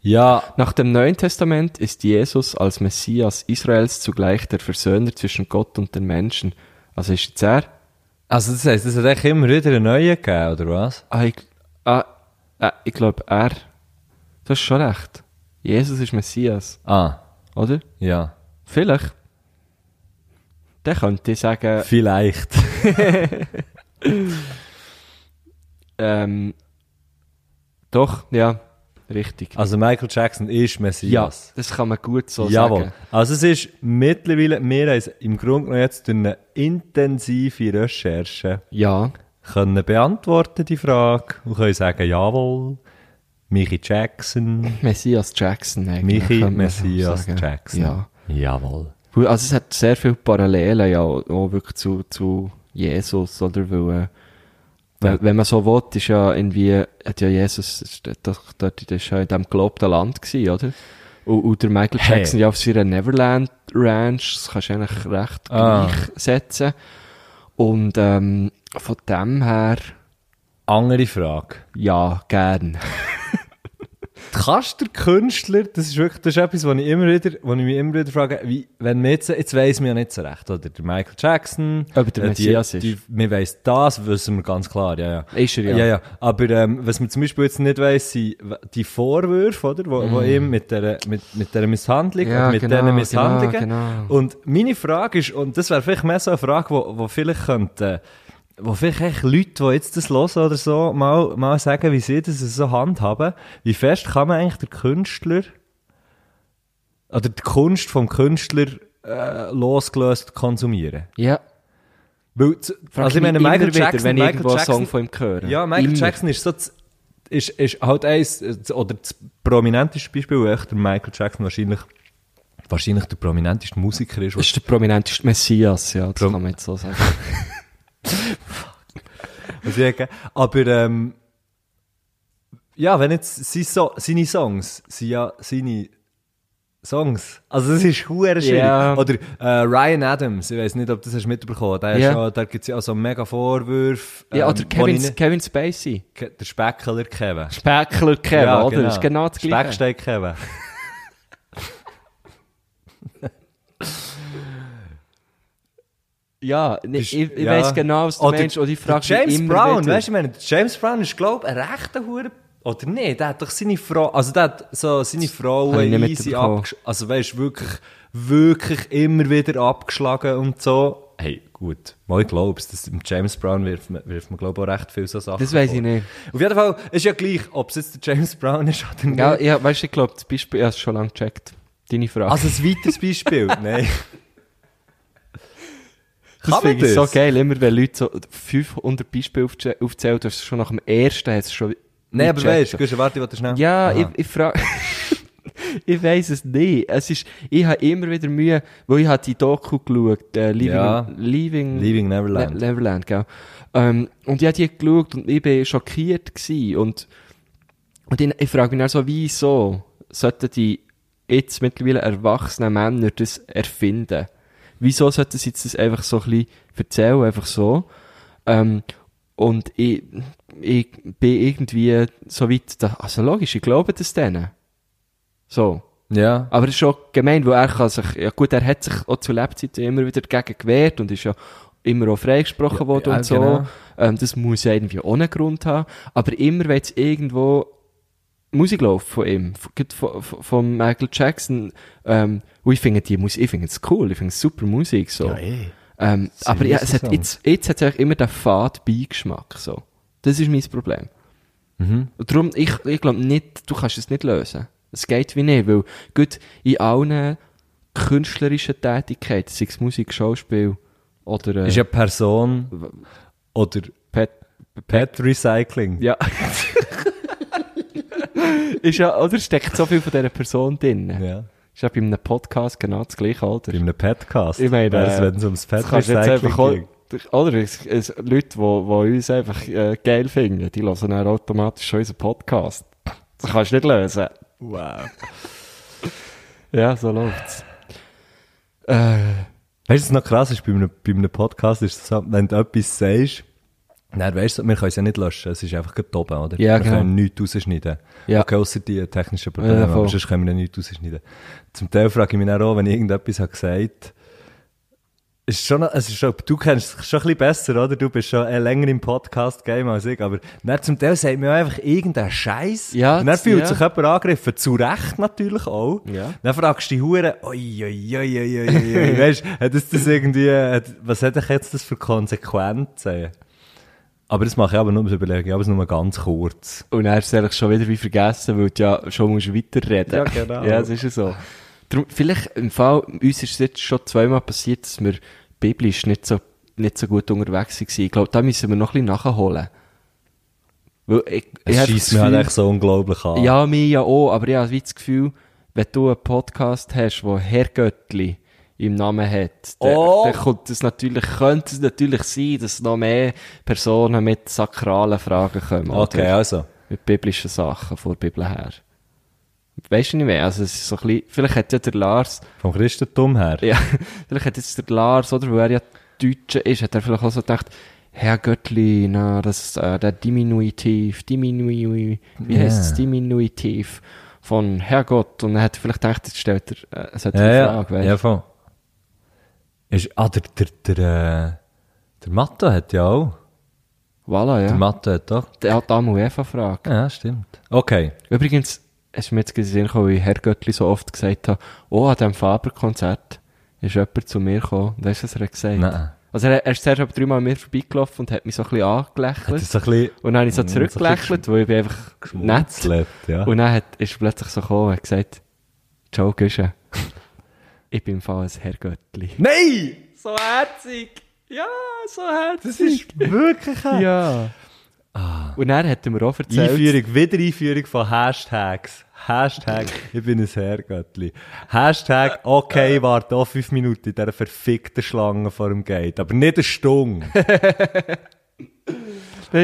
[SPEAKER 5] Ja,
[SPEAKER 1] Nach dem Neuen Testament ist Jesus als Messias Israels zugleich der Versöhner zwischen Gott und den Menschen, Also ist jetzt er?
[SPEAKER 5] Also das heisst, es hat echt immer wieder einen neuen gegeben, oder was?
[SPEAKER 1] Ah, ich, ah, äh, ich glaube, er. Du hast schon recht. Jesus ist Messias,
[SPEAKER 5] Ah,
[SPEAKER 1] oder?
[SPEAKER 5] ja.
[SPEAKER 1] Vielleicht. Dann könnte ich sagen,
[SPEAKER 5] Vielleicht.
[SPEAKER 1] ähm, doch, ja, richtig.
[SPEAKER 5] Also Michael Jackson ist
[SPEAKER 1] ja,
[SPEAKER 5] Messias.
[SPEAKER 1] das kann man gut so
[SPEAKER 5] Jawohl.
[SPEAKER 1] sagen.
[SPEAKER 5] Also es ist mittlerweile, wir haben es im Grunde genommen jetzt durch eine intensive Recherche
[SPEAKER 1] Ja,
[SPEAKER 5] können beantworten, die Frage, und können sagen, jawohl, Michi Jackson,
[SPEAKER 1] Messias Jackson eigentlich.
[SPEAKER 5] Michi
[SPEAKER 1] könnte man so
[SPEAKER 5] Messias
[SPEAKER 1] sagen.
[SPEAKER 5] Jackson.
[SPEAKER 1] Ja.
[SPEAKER 5] Jawohl.
[SPEAKER 1] Gut, Also es hat sehr viele Parallelen ja auch auch wirklich zu, zu Jesus, oder? Weil, äh, wenn, wenn man so will, ist ja irgendwie, hat ja Jesus, ist doch- dort ist ja in diesem gelobten Land gewesen, oder? Und, und der Michael
[SPEAKER 5] Hey.
[SPEAKER 1] Jackson ja auf seiner Neverland Ranch, das kannst du eigentlich recht
[SPEAKER 5] Ah.
[SPEAKER 1] gleich setzen. Und ähm, von dem her,
[SPEAKER 5] Andere Frage.
[SPEAKER 1] ja, gern.
[SPEAKER 5] Kannst der Künstler, das ist wirklich das ist etwas, was ich, immer wieder, wo ich mich immer wieder frage, wie, wenn man jetzt, jetzt weiss man ja nicht so recht, oder der Michael Jackson.
[SPEAKER 1] Ob er der
[SPEAKER 5] äh,
[SPEAKER 1] Messias ist.
[SPEAKER 5] man weiss das, wissen wir ganz klar, ja, ja.
[SPEAKER 1] Ist er ja.
[SPEAKER 5] ja, ja. Aber ähm, was man zum Beispiel jetzt nicht weiss, sind w- die Vorwürfe, oder, wo,
[SPEAKER 1] Mhm.
[SPEAKER 5] wo ihm mit dieser mit, mit dieser Misshandlung,
[SPEAKER 1] Ja,
[SPEAKER 5] oder mit
[SPEAKER 1] genau,
[SPEAKER 5] diesen Misshandlungen.
[SPEAKER 1] genau, genau.
[SPEAKER 5] Und meine Frage ist, und das wäre vielleicht mehr so eine Frage, wo, wo vielleicht könnte, wo vielleicht echt Leute, die jetzt das hören oder so, mal, mal sagen, wie sie das so handhaben. Wie fest kann man eigentlich den Künstler oder die Kunst vom Künstler äh, losgelöst konsumieren?
[SPEAKER 1] Ja.
[SPEAKER 5] Weil, zu-
[SPEAKER 1] Frag
[SPEAKER 5] also ich
[SPEAKER 1] mich
[SPEAKER 5] meine,
[SPEAKER 1] immer
[SPEAKER 5] Michael
[SPEAKER 1] wieder,
[SPEAKER 5] Jackson,
[SPEAKER 1] wenn ich
[SPEAKER 5] Michael
[SPEAKER 1] irgendwo einen
[SPEAKER 5] Jackson,
[SPEAKER 1] Song von ihm höre.
[SPEAKER 5] ja, Michael
[SPEAKER 1] Immer.
[SPEAKER 5] Jackson ist so das, ist, ist halt eins, äh, das- oder das prominenteste Beispiel, wo echt der Michael Jackson wahrscheinlich, wahrscheinlich der prominenteste Musiker ist,
[SPEAKER 1] *laughs* Das ist der prominenteste Messias, ja, das
[SPEAKER 5] Prom-
[SPEAKER 1] kann man jetzt so sagen.
[SPEAKER 5] Muss ich sagen. Aber ähm, ja, wenn jetzt sein so seine Songs sind ja seine Songs. Also das ist huere schwierig.
[SPEAKER 1] Ja.
[SPEAKER 5] Oder äh, Ryan Adams, ich weiß nicht, ob du das hast mitbekommen. Der
[SPEAKER 1] Ja.
[SPEAKER 5] ist ja, da gibt es ja auch so mega Vorwürfe.
[SPEAKER 1] Ja,
[SPEAKER 5] ähm,
[SPEAKER 1] oder
[SPEAKER 5] wo
[SPEAKER 1] Kevin,
[SPEAKER 5] ich nicht-
[SPEAKER 1] Kevin Spacey.
[SPEAKER 5] Ke- der Speckler Kevin.
[SPEAKER 1] Speckler Kevin, oder? Das ist genau das Gleiche.
[SPEAKER 5] Specksteig Kevin.
[SPEAKER 1] Ja, ne, ich,
[SPEAKER 5] Ist-
[SPEAKER 1] ich
[SPEAKER 5] ja.
[SPEAKER 1] weiss genau, was du
[SPEAKER 5] Oder
[SPEAKER 1] meinst. Und ich frage
[SPEAKER 5] der James
[SPEAKER 1] mich immer
[SPEAKER 5] Brown,
[SPEAKER 1] wieder.
[SPEAKER 5] weißt du, ich meine, der James Brown ist, glaube ich, ein rechter Hure. Oder nee, der hat doch seine Frau, also der hat so seine Frau
[SPEAKER 1] Hab ich nicht
[SPEAKER 5] easy
[SPEAKER 1] mitbekommen.
[SPEAKER 5] abgeschlagen. Also weißt du, wirklich, wirklich immer wieder abgeschlagen und so. Hey, gut, mal ich glaub's, das, dem James Brown wirft man, wirft man glaube ich, auch recht viel so Sachen
[SPEAKER 1] Das weiss ich
[SPEAKER 5] vor.
[SPEAKER 1] nicht.
[SPEAKER 5] Auf jeden Fall, ist ja gleich, ob es jetzt der James Brown ist oder nicht.
[SPEAKER 1] Ja, ja, weißt du, ich glaube, das Beispiel hast du schon lange gecheckt. Deine Frage.
[SPEAKER 5] Also ein weiteres
[SPEAKER 1] *laughs*
[SPEAKER 5] Beispiel, nein.
[SPEAKER 1] das finde ich so geil. Immer wenn Leute so 500 Beispiele aufzäh- aufzählen, hast du schon nach dem ersten hast du schon...
[SPEAKER 5] Nein, aber
[SPEAKER 1] gecheckt.
[SPEAKER 5] weißt du, warte, ich will das schnell.
[SPEAKER 1] Ja,
[SPEAKER 5] Aha.
[SPEAKER 1] ich, ich frage. *laughs* ich weiß es nicht. Es ist, ich habe immer wieder Mühe, weil ich habe die Doku geschaut, äh, Leaving,
[SPEAKER 5] Ja.
[SPEAKER 1] Leaving,
[SPEAKER 5] Leaving Neverland.
[SPEAKER 1] Ne Neverland, gell. Ähm, und ich habe die geschaut und ich bin schockiert gewesen. Und, und ich, ich frage mich dann so, wieso sollten die jetzt mittlerweile erwachsenen Männer das erfinden? Wieso sollten sie jetzt das einfach so ein bisschen erzählen, einfach so? Ähm, und ich, ich bin irgendwie so weit, da, also logisch, ich glaube das denen. So.
[SPEAKER 5] Ja.
[SPEAKER 1] Aber es ist schon gemein, weil er kann sich, ja gut, er hat sich auch zu Lebzeiten immer wieder dagegen gewehrt und ist ja immer auch freigesprochen
[SPEAKER 5] Ja,
[SPEAKER 1] worden
[SPEAKER 5] ja,
[SPEAKER 1] und so.
[SPEAKER 5] genau.
[SPEAKER 1] Ähm, das muss ja irgendwie ohne Grund haben. Aber immer wenn es irgendwo Musik läuft von ihm, von, gerade von, von, von Michael Jackson, ähm, und ich finde die Musik, ich finde es cool, ich finde es super Musik, so.
[SPEAKER 5] eh.
[SPEAKER 1] Ähm,
[SPEAKER 5] Serious
[SPEAKER 1] aber ja, es hat,
[SPEAKER 5] Song.
[SPEAKER 1] jetzt, jetzt hat es eigentlich immer den faden Beigeschmack. So. Das ist mein Problem.
[SPEAKER 5] Mhm.
[SPEAKER 1] Und darum, ich, ich glaube nicht, du kannst es nicht lösen. Es geht wie nicht, weil gut, in allen künstlerischen Tätigkeiten, sei es Musik, Schauspiel oder äh,
[SPEAKER 5] Ist ja Person oder
[SPEAKER 1] Pet,
[SPEAKER 5] Pet Recycling.
[SPEAKER 1] ja. *laughs* ist ja, oder steckt so viel von dieser Person drin.
[SPEAKER 5] Ja.
[SPEAKER 1] Ist ja bei einem Podcast genau das gleiche, oder?
[SPEAKER 5] Bei einem Petcast.
[SPEAKER 1] Ich meine,
[SPEAKER 5] Wär's,
[SPEAKER 1] äh,
[SPEAKER 5] wenn es ums Pet
[SPEAKER 1] Das kannst du jetzt
[SPEAKER 5] Recycling
[SPEAKER 1] einfach auch,
[SPEAKER 5] ging.
[SPEAKER 1] oder es, es, Leute, die, die uns einfach äh, geil finden, die hören dann automatisch schon unseren Podcast. Das kannst du nicht lösen.
[SPEAKER 5] Wow.
[SPEAKER 1] Ja, so läuft's. Äh,
[SPEAKER 5] Weißt du, was noch krass ist? Bei einem, bei einem Podcast ist es so, wenn du etwas sagst, dann weißt du, wir können es ja nicht löschen. Es ist einfach gerade oben, oder?
[SPEAKER 1] Ja,
[SPEAKER 5] wir
[SPEAKER 1] genau.
[SPEAKER 5] können nichts rausschneiden.
[SPEAKER 1] Ja.
[SPEAKER 5] Okay, außer die technischen Probleme,
[SPEAKER 1] Ja, voll.
[SPEAKER 5] aber sonst können wir ja nichts rausschneiden. Zum Teil frage ich mich dann auch, wenn ich irgendetwas habe gesagt ist schon, noch- es ist schon, du kennst es schon ein bisschen besser, oder? Du bist schon äh, länger im Podcast-Game als ich, aber dann zum Teil sagt man ja einfach irgendeinen Scheiß.
[SPEAKER 1] Ja,
[SPEAKER 5] und dann
[SPEAKER 1] das-
[SPEAKER 5] fühlt
[SPEAKER 1] ja.
[SPEAKER 5] sich jemand angegriffen, zu Recht natürlich auch.
[SPEAKER 1] Ja.
[SPEAKER 5] Dann fragst du die Hure, oi, oi, oi, oi, oi,
[SPEAKER 1] *laughs*
[SPEAKER 5] oi, weißt, hat das das irgendwie, äh, hat, was hat ich jetzt das für Konsequenzen? Aber das mache ich aber nur, das überlege ich aber nur ganz kurz.
[SPEAKER 1] Und er ist es eigentlich schon wieder wie vergessen, weil du ja schon musst weiterreden
[SPEAKER 5] Ja, genau.
[SPEAKER 1] Ja, das ist ja so. Darum, vielleicht im Fall, uns ist es jetzt schon zweimal passiert, dass wir biblisch nicht so, nicht so gut unterwegs waren. Ich glaube, da müssen wir noch ein bisschen nachholen. Weil ich, ich
[SPEAKER 5] Es
[SPEAKER 1] habe
[SPEAKER 5] schießt
[SPEAKER 1] das
[SPEAKER 5] mich halt
[SPEAKER 1] Gefühl-
[SPEAKER 5] echt so unglaublich an.
[SPEAKER 1] Ja, mir ja auch, aber ich habe wie das Gefühl, wenn du einen Podcast hast, der Herr Göttli im Namen hat, dann,
[SPEAKER 5] Oh.
[SPEAKER 1] dann kommt es natürlich, könnte es natürlich sein, dass noch mehr Personen mit sakralen Fragen kommen.
[SPEAKER 5] Okay,
[SPEAKER 1] oder?
[SPEAKER 5] also.
[SPEAKER 1] Mit biblischen Sachen, vor der Bibel her. Weißt du nicht mehr? Also, es ist so ein bisschen, vielleicht hat ja der Lars,
[SPEAKER 5] Vom Christentum her.
[SPEAKER 1] ja, *laughs* vielleicht hat jetzt der Lars, oder, weil er ja Deutscher ist, hat er vielleicht auch so gedacht, Herr Göttli, na, das, äh, der Diminutiv, Diminui, wie heißt es,
[SPEAKER 5] Ja.
[SPEAKER 1] Diminutiv von Herrgott, und er hat vielleicht gedacht, jetzt stellt er, äh, es hat
[SPEAKER 5] Ja,
[SPEAKER 1] eine
[SPEAKER 5] ja,
[SPEAKER 1] Frage, weißt
[SPEAKER 5] ja, voll. Ist, ah, der, der, der, äh, der Matto hat ja auch.
[SPEAKER 1] Voilà,
[SPEAKER 5] Der
[SPEAKER 1] ja.
[SPEAKER 5] Matto hat doch.
[SPEAKER 1] Der hat Adam und Eva gefragt.
[SPEAKER 5] Ja, stimmt. Okay.
[SPEAKER 1] Übrigens, es ist mir jetzt gesehen, weil ich Herr Göttli so oft gesagt habe, oh, an diesem Faber-Konzert ist jemand zu mir gekommen, und weißt du, was er hat gesagt?
[SPEAKER 5] Nein.
[SPEAKER 1] Also er, er ist zuerst aber dreimal an mir vorbeigelaufen und hat mich so ein bisschen
[SPEAKER 5] Das
[SPEAKER 1] angelächelt.
[SPEAKER 5] ist ein bisschen
[SPEAKER 1] Und dann habe
[SPEAKER 5] Mm,
[SPEAKER 1] ich Mhm, so
[SPEAKER 5] so ein
[SPEAKER 1] zurückgelächelt, weil ich bin einfach nett.
[SPEAKER 5] geschmunzelt, ja.
[SPEAKER 1] Und dann hat, ist plötzlich so gekommen und hat gesagt, «Ciao, Güsche, *laughs* ich bin im Fall ein Herrgöttli.»
[SPEAKER 5] Nein!
[SPEAKER 1] So herzig! Ja, so herzig!
[SPEAKER 5] Das ist wirklich eine
[SPEAKER 1] Ja. Ah. Und dann hat er mir auch erzählt...
[SPEAKER 5] Einführung, Wiedereinführung von Hashtags. Hashtag, ich bin ein Herrgöttli. Hashtag,
[SPEAKER 1] Äh.
[SPEAKER 5] okay, warte auch fünf Minuten in dieser verfickten Schlange vor dem Gate. Aber nicht eine
[SPEAKER 1] *laughs*
[SPEAKER 5] Stunde.
[SPEAKER 1] Nein,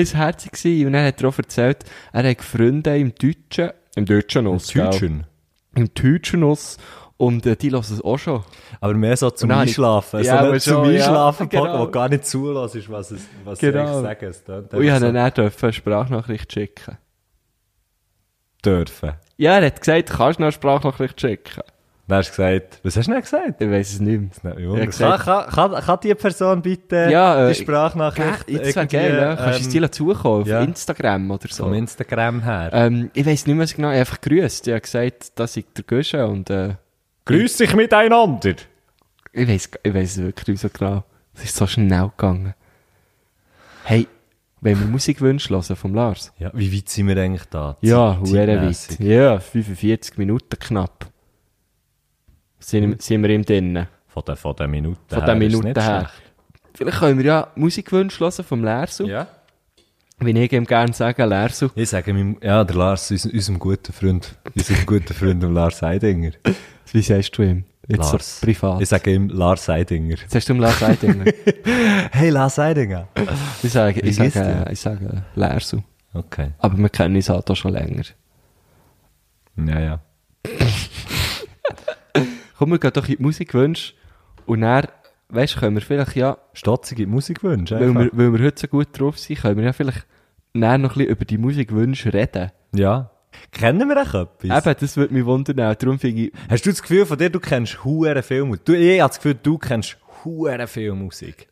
[SPEAKER 1] es war herzig. gewesen. Und dann hat er auch erzählt, er hat Freunde im Deutschen... Im Deutschen Nuss, gell?
[SPEAKER 5] Tütchen.
[SPEAKER 1] Im Deutschen Nuss. Und äh, die hören es auch schon.
[SPEAKER 5] Aber mehr so zum
[SPEAKER 1] Nein, ich-
[SPEAKER 5] Einschlafen. so
[SPEAKER 1] Ja, aber
[SPEAKER 5] nicht zum
[SPEAKER 1] schon, ja.
[SPEAKER 5] Einschlafen,
[SPEAKER 1] Genau.
[SPEAKER 5] Podcast, wo gar nicht zulässt, was, es, was
[SPEAKER 1] Genau.
[SPEAKER 5] sie eigentlich sagen. Es
[SPEAKER 1] Und ich durfte dann auch eine Sprachnachricht schicken.
[SPEAKER 5] dürfen.
[SPEAKER 1] Ja, er hat gesagt, kannst du noch eine Sprachnachricht schicken?
[SPEAKER 5] Dann hast du gesagt, was hast du denn gesagt?
[SPEAKER 1] Ich weiß es nicht mehr.
[SPEAKER 5] Nein,
[SPEAKER 1] Ja,
[SPEAKER 5] Junge, kann,
[SPEAKER 1] gesagt-
[SPEAKER 5] kann, kann, kann die Person bitte
[SPEAKER 1] Ja, äh,
[SPEAKER 5] die Sprachnachricht
[SPEAKER 1] Ge- jetzt wäre
[SPEAKER 5] irgendwie,
[SPEAKER 1] geil, ne? Kannst du es dir
[SPEAKER 5] ähm,
[SPEAKER 1] lassen zukommen auf
[SPEAKER 5] ja.
[SPEAKER 1] Instagram oder
[SPEAKER 5] vom
[SPEAKER 1] so?
[SPEAKER 5] Instagram her.
[SPEAKER 1] Ähm, ich weiß nicht mehr so genau, ich habe einfach grüßt. Ich habe gesagt, das ist der Guschen und äh,
[SPEAKER 5] Grüß dich miteinander!
[SPEAKER 1] ich weiß ich weiss es wirklich nicht so genau. Es ist so schnell gegangen. Hey, wenn wir Musikwünsche hören vom Lars?
[SPEAKER 5] Ja, wie weit sind wir eigentlich da?
[SPEAKER 1] Ja,
[SPEAKER 5] Zeit-
[SPEAKER 1] sehr
[SPEAKER 5] zeitmässig?
[SPEAKER 1] weit. Ja, 45 Minuten knapp. Sind, sind wir im Drinnen.
[SPEAKER 5] Von der, von der Minute
[SPEAKER 1] Von Hm. der
[SPEAKER 5] her ist
[SPEAKER 1] Minute
[SPEAKER 5] nicht
[SPEAKER 1] her. Vielleicht können wir ja Musikwünsche hören vom Lersu.
[SPEAKER 5] schlecht. Ja.
[SPEAKER 1] Wie ich ihm gerne sage, Lersu.
[SPEAKER 5] Ich sage meinem, ja, der Lars, uns- unserem guten Freund, unserem guten Freund, dem Lars Heidinger.
[SPEAKER 1] Wie sagst du ihm? Jetzt
[SPEAKER 5] Lars.
[SPEAKER 1] so privat.
[SPEAKER 5] Ich sage ihm Lars Heidinger.
[SPEAKER 1] Jetzt hast du ihm
[SPEAKER 5] *laughs*
[SPEAKER 1] Lars Eidinger.
[SPEAKER 5] Hey, Lars Heidinger.
[SPEAKER 1] ich sage, ich
[SPEAKER 5] heisst
[SPEAKER 1] sage, ich sage Lersu.
[SPEAKER 5] Okay.
[SPEAKER 1] Aber wir kennen uns halt auch schon länger.
[SPEAKER 5] Ja, ja.
[SPEAKER 1] Komm, wir gehen doch in die Musikwünsche und dann, weißt du, können wir vielleicht ja,
[SPEAKER 5] Stotzige Musikwünsche.
[SPEAKER 1] weil
[SPEAKER 5] einfach.
[SPEAKER 1] wir, weil wir heute so gut drauf sind, können wir ja vielleicht dann noch ein bisschen über die Musikwünsche reden.
[SPEAKER 5] Ja. Kennen wir auch etwas?
[SPEAKER 1] Eben, das würde mich wundern, auch. darum finde ich,
[SPEAKER 5] Hast du das Gefühl von dir, du kennst hure viel Musik? Du, ich habe das Gefühl, du kennst hure viel Musik.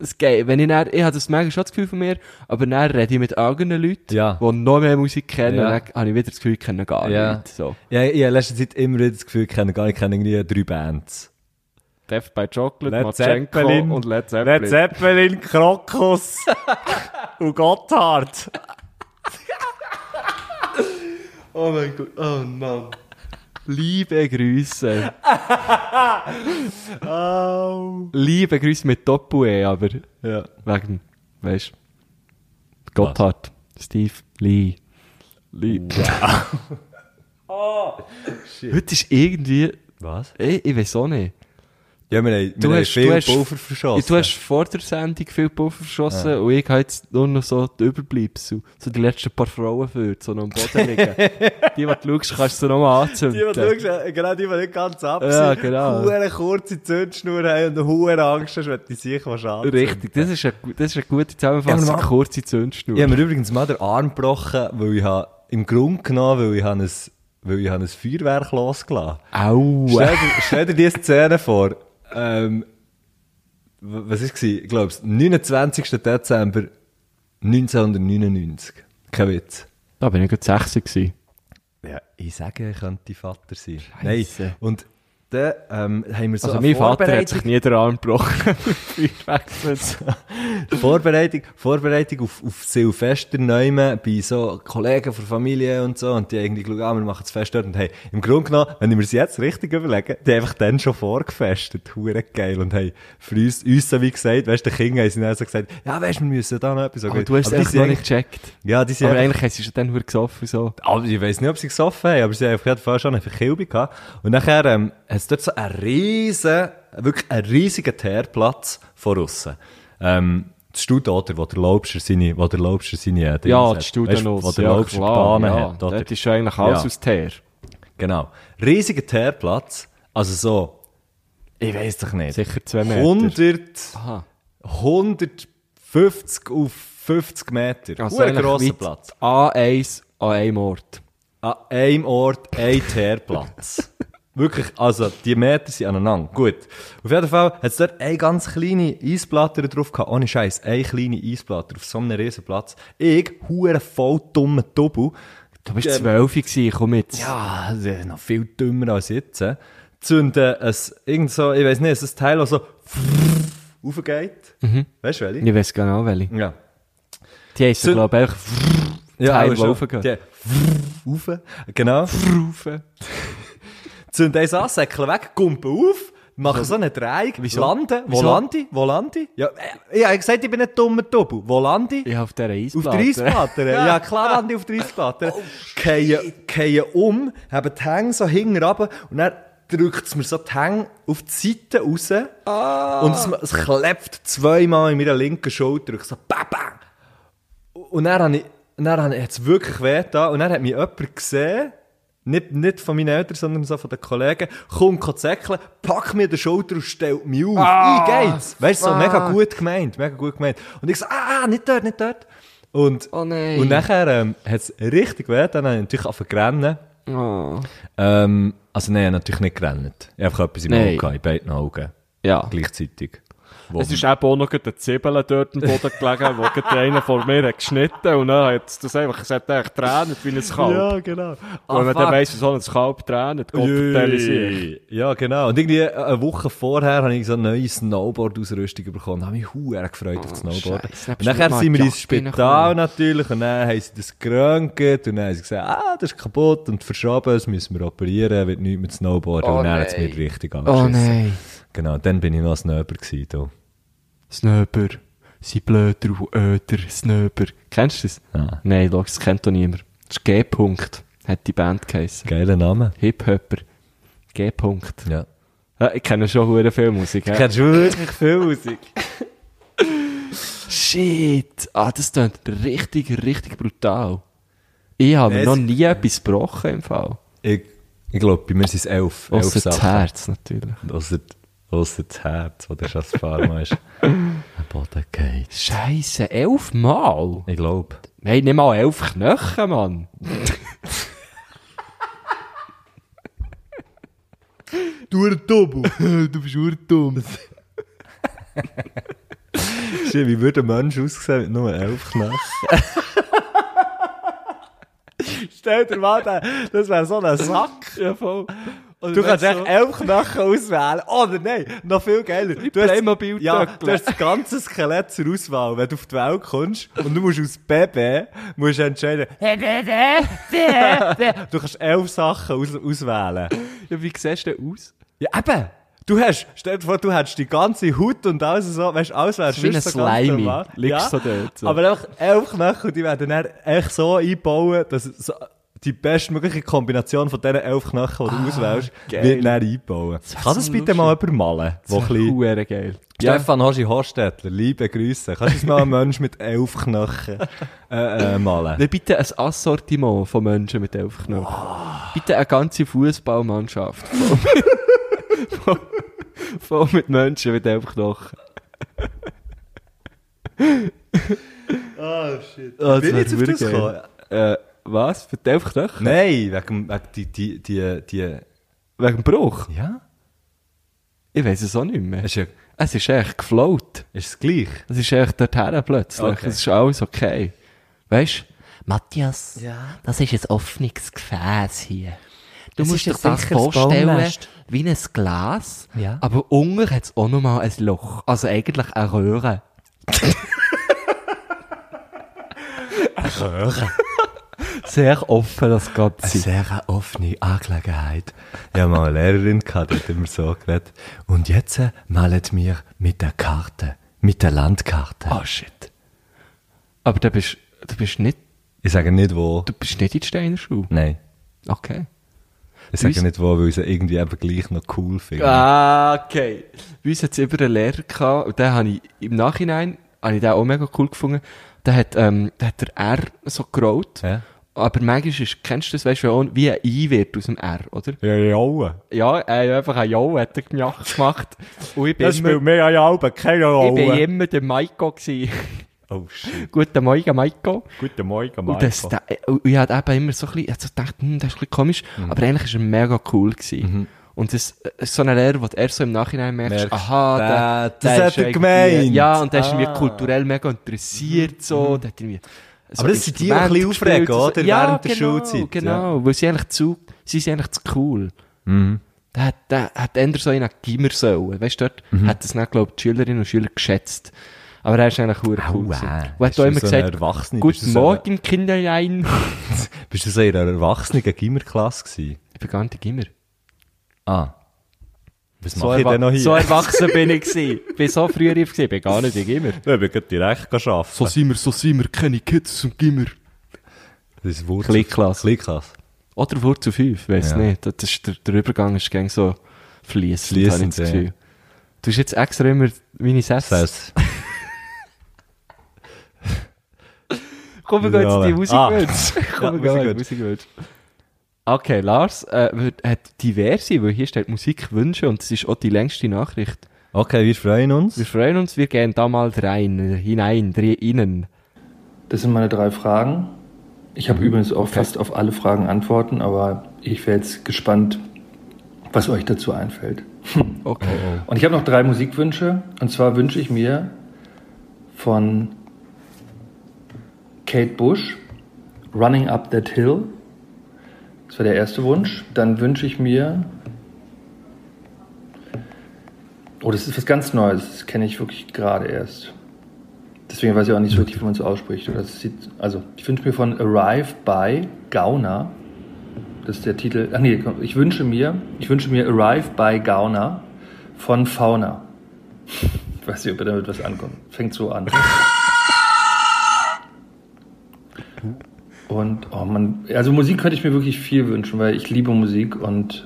[SPEAKER 1] es geht, wenn ich dann, ich habe das mega schon das Gefühl von mir, aber dann rede ich mit anderen Leuten,
[SPEAKER 5] Ja.
[SPEAKER 1] die noch mehr Musik kennen,
[SPEAKER 5] Ja.
[SPEAKER 1] und dann habe ich wieder das Gefühl, ich kenne gar nichts. So.
[SPEAKER 5] Ja, ich habe in letzter Zeit immer wieder das Gefühl, ich kenne gar nicht, ich kenne irgendwie drei Bands.
[SPEAKER 1] Death by Chocolate,
[SPEAKER 5] Led
[SPEAKER 1] Matschenko
[SPEAKER 5] Zeppelin.
[SPEAKER 1] und Led Zeppelin.
[SPEAKER 5] Zeppelin,
[SPEAKER 1] *laughs*
[SPEAKER 5] Krokus und Gotthard.
[SPEAKER 1] Oh mein Gott, oh Mann.
[SPEAKER 5] *laughs*
[SPEAKER 1] Liebe Grüße.
[SPEAKER 5] Au.
[SPEAKER 1] Liebe Grüße mit Doppel-E, aber
[SPEAKER 5] Ja.
[SPEAKER 1] wegen, weißt du, Gotthard, Steve, Lee. Lee.
[SPEAKER 5] Oh.
[SPEAKER 1] *laughs* Heute ist irgendwie,
[SPEAKER 5] Was?
[SPEAKER 1] ich, ich weiß auch nicht.
[SPEAKER 5] Ja, wir haben,
[SPEAKER 1] Du
[SPEAKER 5] wir
[SPEAKER 1] hast,
[SPEAKER 5] haben
[SPEAKER 1] du
[SPEAKER 5] viel
[SPEAKER 1] hast,
[SPEAKER 5] Pulver verschossen.
[SPEAKER 1] Du hast vor der Sendung viel Pulver verschossen und ich habe jetzt nur noch so die Überbleibsel. So die letzten paar Frauen für, so noch am Boden
[SPEAKER 5] *laughs*
[SPEAKER 1] liegen. die, die du schaust, kannst du nochmal anzünden.
[SPEAKER 5] Die, die du schaust, äh, genau die, die nicht ganz ab sind,
[SPEAKER 1] Ja, genau.
[SPEAKER 5] hure kurze Zündschnur haben und eine hohe Angst hast, wenn die sich was anzünden.
[SPEAKER 1] Richtig, das ist eine, gu- das ist eine gute Zusammenfassung.
[SPEAKER 5] Ja, aber man-
[SPEAKER 1] kurze Zündschnur.
[SPEAKER 5] Ich habe mir übrigens mal den Arm gebrochen, weil ich habe, im Grunde genommen, weil ich habe ein, weil ich habe ein Feuerwerk losgelassen
[SPEAKER 1] Aua.
[SPEAKER 5] Stell dir, stell dir die Szene vor. Ähm, w- was ist es? Ich glaube, 29. Dezember 1999. Kein Witz.
[SPEAKER 1] Da bin ich gerade 16 gewesen.
[SPEAKER 5] Ja, ich sage, er könnte Vater sein.
[SPEAKER 1] Scheisse.
[SPEAKER 5] Nein. Und dann ähm, haben wir so
[SPEAKER 1] Also,
[SPEAKER 5] eine
[SPEAKER 1] mein Vater hat
[SPEAKER 5] Vorbereitung-
[SPEAKER 1] sich nie den Arm gebrochen. *laughs* Feuerwechsel.
[SPEAKER 5] *laughs* Vorbereitung, Vorbereitung auf, auf Silvester nehmen bei so Kollegen von Familie und so und die irgendwie schauen, ah, wir machen das Fest dort und hey, im Grunde genommen, wenn ich mir jetzt richtig überlege, die haben einfach dann schon vorgefestet, hure geil und hey, für uns, uns so wie gesagt, weißt du, die Kinder haben sie dann so gesagt, ja weißt, wir müssen da noch etwas
[SPEAKER 1] Aber du hast es
[SPEAKER 5] die
[SPEAKER 1] eigentlich
[SPEAKER 5] sind
[SPEAKER 1] noch
[SPEAKER 5] eigentlich-
[SPEAKER 1] nicht gecheckt.
[SPEAKER 5] Ja, die sind
[SPEAKER 1] Aber
[SPEAKER 5] einfach-
[SPEAKER 1] eigentlich hast du schon dann nur gesoffen. So.
[SPEAKER 5] aber ich weiß nicht, ob sie gesoffen haben, aber sie haben auf jeden Fall schon eine Verkilbung gehabt. Und nachher ähm, hat es dort so einen riesen, wirklich einen riesigen Teerplatz von aussen. Ähm, das Studoder, wo der Laubscher seine, wo der Laubscher seine äh, Dings
[SPEAKER 1] Ja,
[SPEAKER 5] hat.
[SPEAKER 1] die
[SPEAKER 5] Weißt,
[SPEAKER 1] Studenlos.
[SPEAKER 5] Wo der
[SPEAKER 1] ja,
[SPEAKER 5] Laubscher
[SPEAKER 1] klar,
[SPEAKER 5] die Bahnen
[SPEAKER 1] ja.
[SPEAKER 5] hat. oder?
[SPEAKER 1] Dort ist schon eigentlich alles
[SPEAKER 5] Ja.
[SPEAKER 1] aus Teer.
[SPEAKER 5] Genau. Riesiger Teerplatz, also so, ich weiß doch nicht.
[SPEAKER 1] Sicher zwei Meter.
[SPEAKER 5] 100,
[SPEAKER 1] Aha.
[SPEAKER 5] 150 auf 50 Meter.
[SPEAKER 1] Also
[SPEAKER 5] Huere
[SPEAKER 1] eigentlich
[SPEAKER 5] grosser
[SPEAKER 1] weit
[SPEAKER 5] Platz.
[SPEAKER 1] A1 an einem Ort.
[SPEAKER 5] An einem Ort ein Teerplatz. Wirklich, also die Meter sind aneinander. Gut. Auf jeden Fall hat es dort eine ganz kleine Eisplatte drauf gehabt. Ohne Scheiß, eine kleine Eisplatte auf so einem riesen Platz. Ich, hure voll dummer Double.
[SPEAKER 1] Du bist
[SPEAKER 5] Ähm,
[SPEAKER 1] zwölf, gewesen, komm jetzt.
[SPEAKER 5] Ja, das ist noch viel dümmer als jetzt. äh. Zünden ein, irgend so, ich weiß nicht, ein Teil, das so *laughs* aufgeht. Weißt du, welche?
[SPEAKER 1] Ich weiß genau welche.
[SPEAKER 5] ja.
[SPEAKER 1] Die heissen,
[SPEAKER 5] So-
[SPEAKER 1] glaube ich, einfach
[SPEAKER 5] Ja,
[SPEAKER 1] Teil,
[SPEAKER 5] aber
[SPEAKER 1] die
[SPEAKER 5] schon.
[SPEAKER 1] raufgehen.
[SPEAKER 5] Die- Rauf. *laughs* Genau.
[SPEAKER 1] Rufen.
[SPEAKER 5] Zünd eins an, säckeln weg, kumpen auf, machen so eine Dreieck,
[SPEAKER 1] Wieso?
[SPEAKER 5] landen, wo
[SPEAKER 1] Wieso?
[SPEAKER 5] lande ich, wo lande ich? Ja, äh, ich habe gesagt, ich bin ein dummer Double. Wo lande ich?
[SPEAKER 1] Ich habe auf dieser Eisplatte.
[SPEAKER 5] Auf der
[SPEAKER 1] *laughs*
[SPEAKER 5] Eisplatte. ja, klar lande ich auf der Eisplatte.
[SPEAKER 1] Oh,
[SPEAKER 5] Kehren kehren um, haben die Hänge so hinten runter und dann drückt es mir so die Hänge auf die Seite raus
[SPEAKER 1] Ah.
[SPEAKER 5] und es, es klebt zweimal in meiner linken Schulter, so bam, bam. Und dann habe ich, dann habe ich jetzt wirklich weh da und dann hat mich jemand gesehen, nicht, nicht von meinen Eltern, sondern so von den Kollegen, kommt kann zäckeln, packt mir den Schulter und stellt mich auf.
[SPEAKER 1] Ah,
[SPEAKER 5] Wie geht's? Weißt du, so mega gut gemeint, mega gut gemeint. Und ich so, ah, ah, nicht dort, nicht dort. Und,
[SPEAKER 1] Oh nein.
[SPEAKER 5] und nachher ähm, hat es richtig weh, dann habe ich natürlich angefangen zu rennen.
[SPEAKER 1] Oh.
[SPEAKER 5] Ähm, also nein, ich habe natürlich nicht gerannt. Ich habe einfach etwas im
[SPEAKER 1] Nein. Ah.
[SPEAKER 5] Auge, gehabt, in beiden Augen,
[SPEAKER 1] Ja.
[SPEAKER 5] gleichzeitig. Wo-
[SPEAKER 6] Es ist eben auch noch gerade eine Zwiebel dort am Boden gelegen, wo gerade einer vor mir hat geschnitten und dann hat es das einfach, es hat eigentlich getränt wie ein Kalb.
[SPEAKER 5] ja, genau. Ah,
[SPEAKER 6] Und wenn man dann
[SPEAKER 5] fuck.
[SPEAKER 6] weiss, wieso ein Kalb tränt, Gott vertelle sich.
[SPEAKER 5] Ui. Ja, genau. Und irgendwie äh, eine Woche vorher habe ich so eine neue Snowboard-Ausrüstung bekommen. Da habe mich huere gefreut auf das Snowboard.
[SPEAKER 1] Oh, Scheisse,
[SPEAKER 5] und nachher
[SPEAKER 1] bist du
[SPEAKER 5] sind
[SPEAKER 1] mal
[SPEAKER 5] wir ins
[SPEAKER 1] Jacke
[SPEAKER 5] Spital
[SPEAKER 1] reingekommen.
[SPEAKER 5] natürlich und dann haben sie das geröntgt und dann haben sie gesagt, ah, das ist kaputt und verschoben, das müssen wir operieren, wird nichts mit Snowboarden.
[SPEAKER 1] Oh
[SPEAKER 5] und dann hat es
[SPEAKER 1] nein.
[SPEAKER 5] mir richtig
[SPEAKER 1] Oh
[SPEAKER 5] angeschissen.
[SPEAKER 1] nein.
[SPEAKER 5] Genau, dann bin ich noch ein Snöber gewesen. Du.
[SPEAKER 1] Snöber. Sie blöder und öder. Snöber. Kennst du das?
[SPEAKER 5] Ja.
[SPEAKER 1] Nein, schau, das kennt doch niemand. Das ist G-Punkt. Hat die Band geheissen.
[SPEAKER 5] Geiler Name.
[SPEAKER 1] Hip-Hopper. G-Punkt.
[SPEAKER 5] Ja.
[SPEAKER 1] Ja, ich kenne schon hure viel Musik. hä?
[SPEAKER 5] Kennst
[SPEAKER 1] *laughs*
[SPEAKER 5] du wirklich viel Musik?
[SPEAKER 1] Shit! Ah, das klingt richtig, richtig brutal. Ich habe
[SPEAKER 5] Nee,
[SPEAKER 1] noch
[SPEAKER 5] es-
[SPEAKER 1] nie etwas gebrochen im Fall.
[SPEAKER 5] Ich, ich glaube, bei mir sind es elf. elf
[SPEAKER 1] Außer das
[SPEAKER 5] Sachen.
[SPEAKER 1] Herz natürlich.
[SPEAKER 5] Ausser, ausser das Herz, wo der schon das Pharma ist. Ein Boden geht.
[SPEAKER 1] Scheiße, elf Mal?
[SPEAKER 5] Ich glaube.
[SPEAKER 1] Nein, nicht mal elf Knochen, Mann.
[SPEAKER 5] *laughs* Du ein
[SPEAKER 1] *laughs*
[SPEAKER 5] Dumm. du bist ein Dumm. Shit, wie würde ein Mensch aussehen mit nur elf Knochen? *laughs* Stell dir mal den, das wäre so ein Sack. Ja, voll. du kannst echt elf Knochen auswählen. Oder nein, noch viel geiler. Du hast,
[SPEAKER 1] Playmobil
[SPEAKER 5] ja,
[SPEAKER 1] Töckle.
[SPEAKER 5] du hast das ganze Skelett zur Auswahl, wenn du auf die Welt kommst und du musst aus Baby musst du entscheiden. *laughs* du kannst elf Sachen aus, auswählen.
[SPEAKER 1] Ja, wie siehst du denn aus?
[SPEAKER 5] Ja, eben. Du hast, stell dir vor, du hättest die ganze Haut und alles so, weißt du, alles wäre
[SPEAKER 1] So wie
[SPEAKER 5] sonst
[SPEAKER 1] ein
[SPEAKER 5] so ganz
[SPEAKER 1] Slimy.
[SPEAKER 5] normal.
[SPEAKER 1] Liegst so dort, so.
[SPEAKER 5] Aber einfach elf Knochen, und die werden dann echt so einbauen, dass es so die bestmögliche Kombination von diesen elf Knochen,
[SPEAKER 1] Ah,
[SPEAKER 5] die du auswählst, wird dann einbauen. Kann das
[SPEAKER 1] so
[SPEAKER 5] bitte mal jemand malen? wo ein bisschen-
[SPEAKER 1] Huere geil.
[SPEAKER 5] Stefan Hoschi Horstädtler, liebe Grüße. Kannst du uns
[SPEAKER 1] *laughs*
[SPEAKER 5] mal einen Mensch mit elf Knochen äh, äh, malen?
[SPEAKER 1] Dann bitte ein Assortiment von Menschen mit elf Knochen.
[SPEAKER 5] Ah.
[SPEAKER 1] Bitte eine ganze Fußballmannschaft. Voll mit- voll-
[SPEAKER 5] *laughs*
[SPEAKER 1] Voll mit Menschen mit elf Knochen.
[SPEAKER 5] Oh,
[SPEAKER 1] das wär wirklich geil.
[SPEAKER 5] gekommen?
[SPEAKER 1] Äh, was? Für die elf Knochen?
[SPEAKER 5] Nein, wegen, wegen die, die, die, die,
[SPEAKER 1] Wegen dem Bruch?
[SPEAKER 5] ja?
[SPEAKER 1] Ich weiß es auch nicht mehr.
[SPEAKER 5] Ist, ja,
[SPEAKER 1] Es ist echt gefloat.
[SPEAKER 5] ist es gleich?
[SPEAKER 1] Es ist echt dorthin plötzlich.
[SPEAKER 5] Okay.
[SPEAKER 1] Es ist alles okay. Weißt du?
[SPEAKER 7] Matthias, das ist ein offenes Gefäß hier. Du
[SPEAKER 1] Es
[SPEAKER 7] musst
[SPEAKER 1] ist
[SPEAKER 7] dir
[SPEAKER 1] ein
[SPEAKER 7] das
[SPEAKER 1] sicheres
[SPEAKER 7] vorstellen
[SPEAKER 1] Baumnest.
[SPEAKER 7] wie ein Glas,
[SPEAKER 1] Ja.
[SPEAKER 7] aber unten hat es auch nochmal ein Loch. Also eigentlich eine
[SPEAKER 1] *laughs*
[SPEAKER 7] Röhre.
[SPEAKER 1] Sehr offen, das
[SPEAKER 5] Eine
[SPEAKER 1] Ganze.
[SPEAKER 5] sehr offene Angelegenheit. Ich habe mal eine Lehrerin gehabt, die hat immer so geredet. Und jetzt äh, malen wir mit der Karte, mit der Landkarte.
[SPEAKER 1] Ah, shit. Aber du bist, du bist nicht,
[SPEAKER 5] Ich sage nicht wo.
[SPEAKER 1] du bist nicht in die Steiner Schule.
[SPEAKER 5] Nein.
[SPEAKER 1] Okay.
[SPEAKER 5] Ich sage
[SPEAKER 1] Uns-
[SPEAKER 5] nicht wo, weil ich sie irgendwie eben gleich noch cool finde.
[SPEAKER 1] Ah, okay. Bei uns hat es über einen Lehrer gehabt, und den habe ich im Nachhinein, habe ich den auch mega cool gefunden. Der hat, ähm, der hat der R so gerollt.
[SPEAKER 5] Ja.
[SPEAKER 1] Aber manchmal ist, kennst du das, weißt du, auch, wie ein I wird aus dem R, oder?
[SPEAKER 6] Ja, ja,
[SPEAKER 1] Ja, er hat einfach ein Jo, hat er gemacht. gemacht. *laughs* Und ich bin
[SPEAKER 6] Das
[SPEAKER 1] immer,
[SPEAKER 6] spielt mir ja auch keine
[SPEAKER 1] ich bin
[SPEAKER 6] Rolle.
[SPEAKER 1] immer der Maiko gewesen. *laughs*
[SPEAKER 5] Oh shit.
[SPEAKER 1] Guten Morgen, Maiko.
[SPEAKER 6] Guten Morgen,
[SPEAKER 1] Und, das,
[SPEAKER 6] Marco.
[SPEAKER 1] der, und ich habe eben immer so ein bisschen, ich hab so gedacht, hm, das ist ein bisschen komisch,
[SPEAKER 5] Mhm.
[SPEAKER 1] aber eigentlich war er mega cool. Gewesen. Und das ist so ein Lehrer, wo du erst so im Nachhinein merkst,
[SPEAKER 5] Merkst,
[SPEAKER 1] aha,
[SPEAKER 5] der- das hat
[SPEAKER 1] ist
[SPEAKER 5] er
[SPEAKER 1] irgendwie-
[SPEAKER 5] gemeint.
[SPEAKER 1] Ja, und der ist
[SPEAKER 5] ah.
[SPEAKER 1] irgendwie kulturell mega interessiert, so, der hat irgendwie... so
[SPEAKER 5] Mhm. Aber das sind die, die ein bisschen
[SPEAKER 1] Instrumente
[SPEAKER 5] aufregen,
[SPEAKER 1] gespielt und
[SPEAKER 5] oder?
[SPEAKER 1] Ja,
[SPEAKER 5] Während der
[SPEAKER 1] genau,
[SPEAKER 5] Schulzeit,
[SPEAKER 1] genau, weil sie eigentlich zu, sie sind eigentlich zu cool. Der hat, der hat eher so in einen Gimmer sollen, weißt du, dort
[SPEAKER 5] Mhm.
[SPEAKER 1] hat das dann, glaube ich, die Schülerinnen und Schüler geschätzt. Aber er ist eigentlich verdammt cool.
[SPEAKER 5] Aua.
[SPEAKER 1] gewesen. Und
[SPEAKER 5] Bist
[SPEAKER 1] hat auch
[SPEAKER 5] du
[SPEAKER 1] immer
[SPEAKER 5] so ein
[SPEAKER 1] gesagt,
[SPEAKER 5] Erwachsener? Bist du
[SPEAKER 1] guten
[SPEAKER 5] so ein-
[SPEAKER 1] Morgen, Kinderlein. *laughs*
[SPEAKER 5] Bist du so in einer erwachsenen Gimmerklasse gewesen?
[SPEAKER 1] Ich bin gar nicht immer.
[SPEAKER 5] Ah. Was
[SPEAKER 1] So,
[SPEAKER 5] mache ich
[SPEAKER 1] erwa-
[SPEAKER 5] denn noch hier?
[SPEAKER 1] so erwachsen bin ich gewesen. bin so früh reif gewesen, bin gar nicht im Gimmer.
[SPEAKER 5] *laughs* Ja, ich bin gerade direkt arbeiten. So
[SPEAKER 1] sind wir, so sind wir, keine Kids zum Gimmer.
[SPEAKER 5] das ist Wurzel.
[SPEAKER 1] Kleinklasse.
[SPEAKER 5] Kleinklasse.
[SPEAKER 1] Oder Wort zu 5, weiss
[SPEAKER 5] Ja.
[SPEAKER 1] nicht. Das ist, der, der Übergang ist gang so fließend, habe ich
[SPEAKER 5] Fließend,
[SPEAKER 1] das Gefühl. Du hast jetzt extra immer meine Sätze.
[SPEAKER 5] Sass.
[SPEAKER 1] Komm, wir gehen jetzt in die Musik
[SPEAKER 5] Ah.
[SPEAKER 1] *laughs* ah.
[SPEAKER 5] Ja,
[SPEAKER 1] Komm, wir gehen in die Musikwünsche. Okay, Lars äh, wird- hat diverse, weil hier steht Musikwünsche und es ist auch die längste Nachricht.
[SPEAKER 5] Okay, wir freuen uns.
[SPEAKER 1] Wir freuen uns, wir gehen da mal rein, äh, hinein, drin, innen.
[SPEAKER 2] Das sind meine drei Fragen. Ich habe übrigens auch fast auf alle Fragen Antworten, aber ich wäre jetzt gespannt, was euch dazu einfällt.
[SPEAKER 1] Okay.
[SPEAKER 2] Und ich habe noch drei Musikwünsche. Und zwar wünsche ich mir von Kate Bush Running Up That Hill. Das war der erste Wunsch. Dann wünsche ich mir. Oh, das ist was ganz Neues. Das kenne ich wirklich gerade erst. Deswegen weiß ich auch nicht so richtig, wie man es ausspricht. Oder es sieht, also, ich wünsche mir von Arrive by Gauner. Das ist der Titel. Ach nee, komm, ich wünsche mir, ich wünsche mir Arrive by Gauner von Fauna. Ich weiß nicht, ob ihr damit was ankommt. Fängt so an. Und, oh man, also Musik könnte ich mir wirklich viel wünschen, weil ich liebe Musik und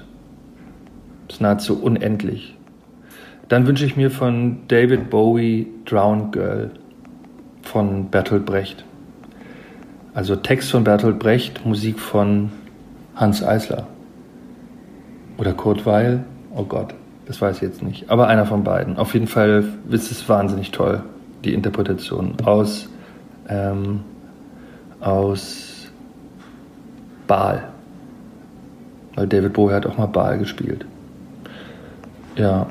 [SPEAKER 2] es ist nahezu unendlich. Dann wünsche ich mir von David Bowie Drowned Girl von Bertolt Brecht. Also Text von Bertolt Brecht, Musik von Hans Eisler. Oder Kurt Weil. Oh Gott, das weiß ich jetzt nicht. Aber einer von beiden. Auf jeden Fall ist es wahnsinnig toll, die Interpretation aus, ähm, aus Baal. Weil David Bowie hat auch mal Baal gespielt. Ja.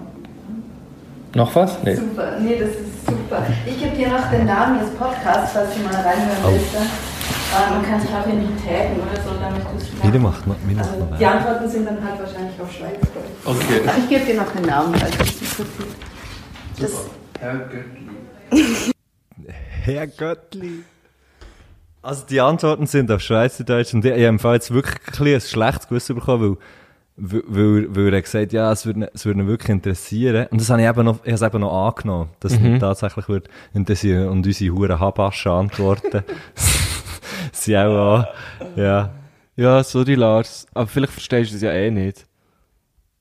[SPEAKER 2] Noch was? Nee.
[SPEAKER 8] Super, nee, das ist super. Ich gebe dir noch den Namen des Podcasts, falls du mal reinhören willst. Äh, man kann sich auch hier nicht taggen oder so, damit du es schnell-
[SPEAKER 5] Wieder macht man, wieder macht
[SPEAKER 8] Also,
[SPEAKER 5] man
[SPEAKER 8] die
[SPEAKER 5] Werbung.
[SPEAKER 8] Antworten sind dann halt wahrscheinlich auf Schweizdeutsch.
[SPEAKER 2] Okay.
[SPEAKER 8] Ich gebe dir noch den Namen, falls du es nicht so viel. Das,
[SPEAKER 5] Herr Göttli. Also die Antworten sind auf Schweizerdeutsch und ich ich habe im Fall jetzt wirklich ein bisschen ein schlechtes Gewissen bekommen, weil, weil- weil, weil er gesagt hat, ja, es würde, ihn- es würde ihn wirklich interessieren. Und das habe ich eben noch, ich habe es eben noch angenommen, dass es mich tatsächlich würde interessieren. Und unsere huren Habaschen antworten *laughs* sind auch an. Ja.
[SPEAKER 1] Ja, sorry Lars, aber vielleicht verstehst du es ja eh nicht.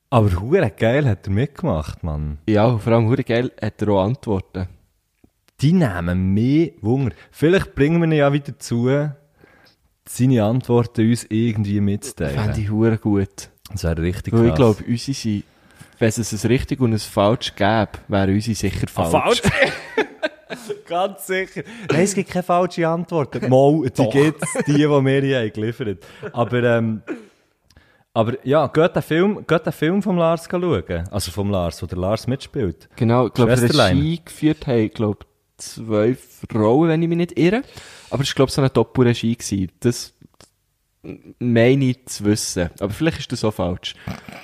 [SPEAKER 5] Aber hure geil hat er mitgemacht, Mann.
[SPEAKER 1] Ja, und vor allem hure geil hat er auch Antworten.
[SPEAKER 5] Die nehmen mehr Wunder. Vielleicht bringen wir ihn ja wieder zu, seine Antworten uns irgendwie
[SPEAKER 1] Fände
[SPEAKER 5] mitzuteilen.
[SPEAKER 1] ich hure gut.
[SPEAKER 5] Das wäre richtig
[SPEAKER 1] Weil ich
[SPEAKER 5] krass.
[SPEAKER 1] glaube, unsere sind, wenn es ein richtig und ein falsch gäbe, wäre unsere sicher Ah, falsch.
[SPEAKER 5] *laughs* Ganz sicher. Nein, es gibt keine falsche Antwort. Mal, die gibt's, die, die wir hier haben geliefert. Aber, ähm, Aber ja, geht den Film, geht den Film vom Lars schauen. Also vom Lars, wo der Lars mitspielt.
[SPEAKER 1] Genau, ich glaube,
[SPEAKER 5] Schwesterlein.
[SPEAKER 1] Regie geführt haben, ich glaube, zwei Frauen, wenn ich mich nicht irre. Aber es war, glaube ich, so eine Doppelregie. gewesen. Das meine ich zu wissen. Aber vielleicht ist das auch falsch.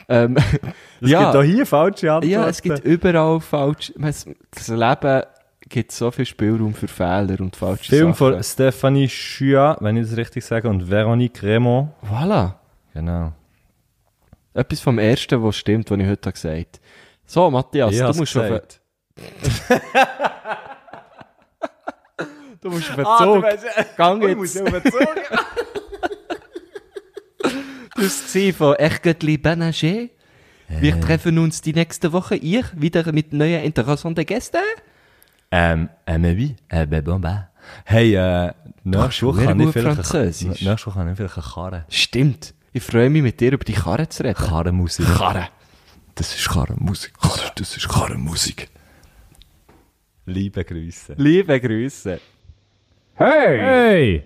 [SPEAKER 1] ähm,
[SPEAKER 5] *laughs* Es gibt auch hier falsche Antworten.
[SPEAKER 1] Ja, es gibt überall falsch. Man- es- Das Leben gibt so viel Spielraum für Fehler und falsche
[SPEAKER 5] Film von
[SPEAKER 1] Sachen.
[SPEAKER 5] Stephanie Schua, wenn ich das richtig sage, und Veronique Raymond.
[SPEAKER 1] Voilà.
[SPEAKER 5] Genau.
[SPEAKER 1] Etwas vom Ersten, was stimmt, was ich heute gesagt habe. So, Matthias,
[SPEAKER 5] Ich
[SPEAKER 1] du
[SPEAKER 5] hab's
[SPEAKER 1] musst, auf den,
[SPEAKER 5] gesagt.
[SPEAKER 1] *laughs* du musst auf den
[SPEAKER 5] Ah,
[SPEAKER 1] Zug.
[SPEAKER 5] äh,
[SPEAKER 1] Gang jetzt.
[SPEAKER 5] auf den Zug.
[SPEAKER 1] *laughs* Das war von Ergötli Benager.
[SPEAKER 5] Äh.
[SPEAKER 1] Wir treffen uns die nächste Woche hier wieder mit neuen interessanten Gästen.
[SPEAKER 5] Ähm, ähm, wie? Äh, ben, bon, ben. Hey, äh, nächste
[SPEAKER 1] sehr
[SPEAKER 5] Woche kann ich
[SPEAKER 1] gut
[SPEAKER 5] vielleicht...
[SPEAKER 1] Französisch.
[SPEAKER 5] Nächste Woche kann ich vielleicht eine Karre.
[SPEAKER 1] Stimmt. Ich freue mich, mit dir über die Karre zu reden.
[SPEAKER 5] Karrenmusik.
[SPEAKER 1] Karre.
[SPEAKER 5] Das ist Karrenmusik. Das ist Karrenmusik. Liebe Grüße.
[SPEAKER 1] Liebe Grüße.
[SPEAKER 9] Hey!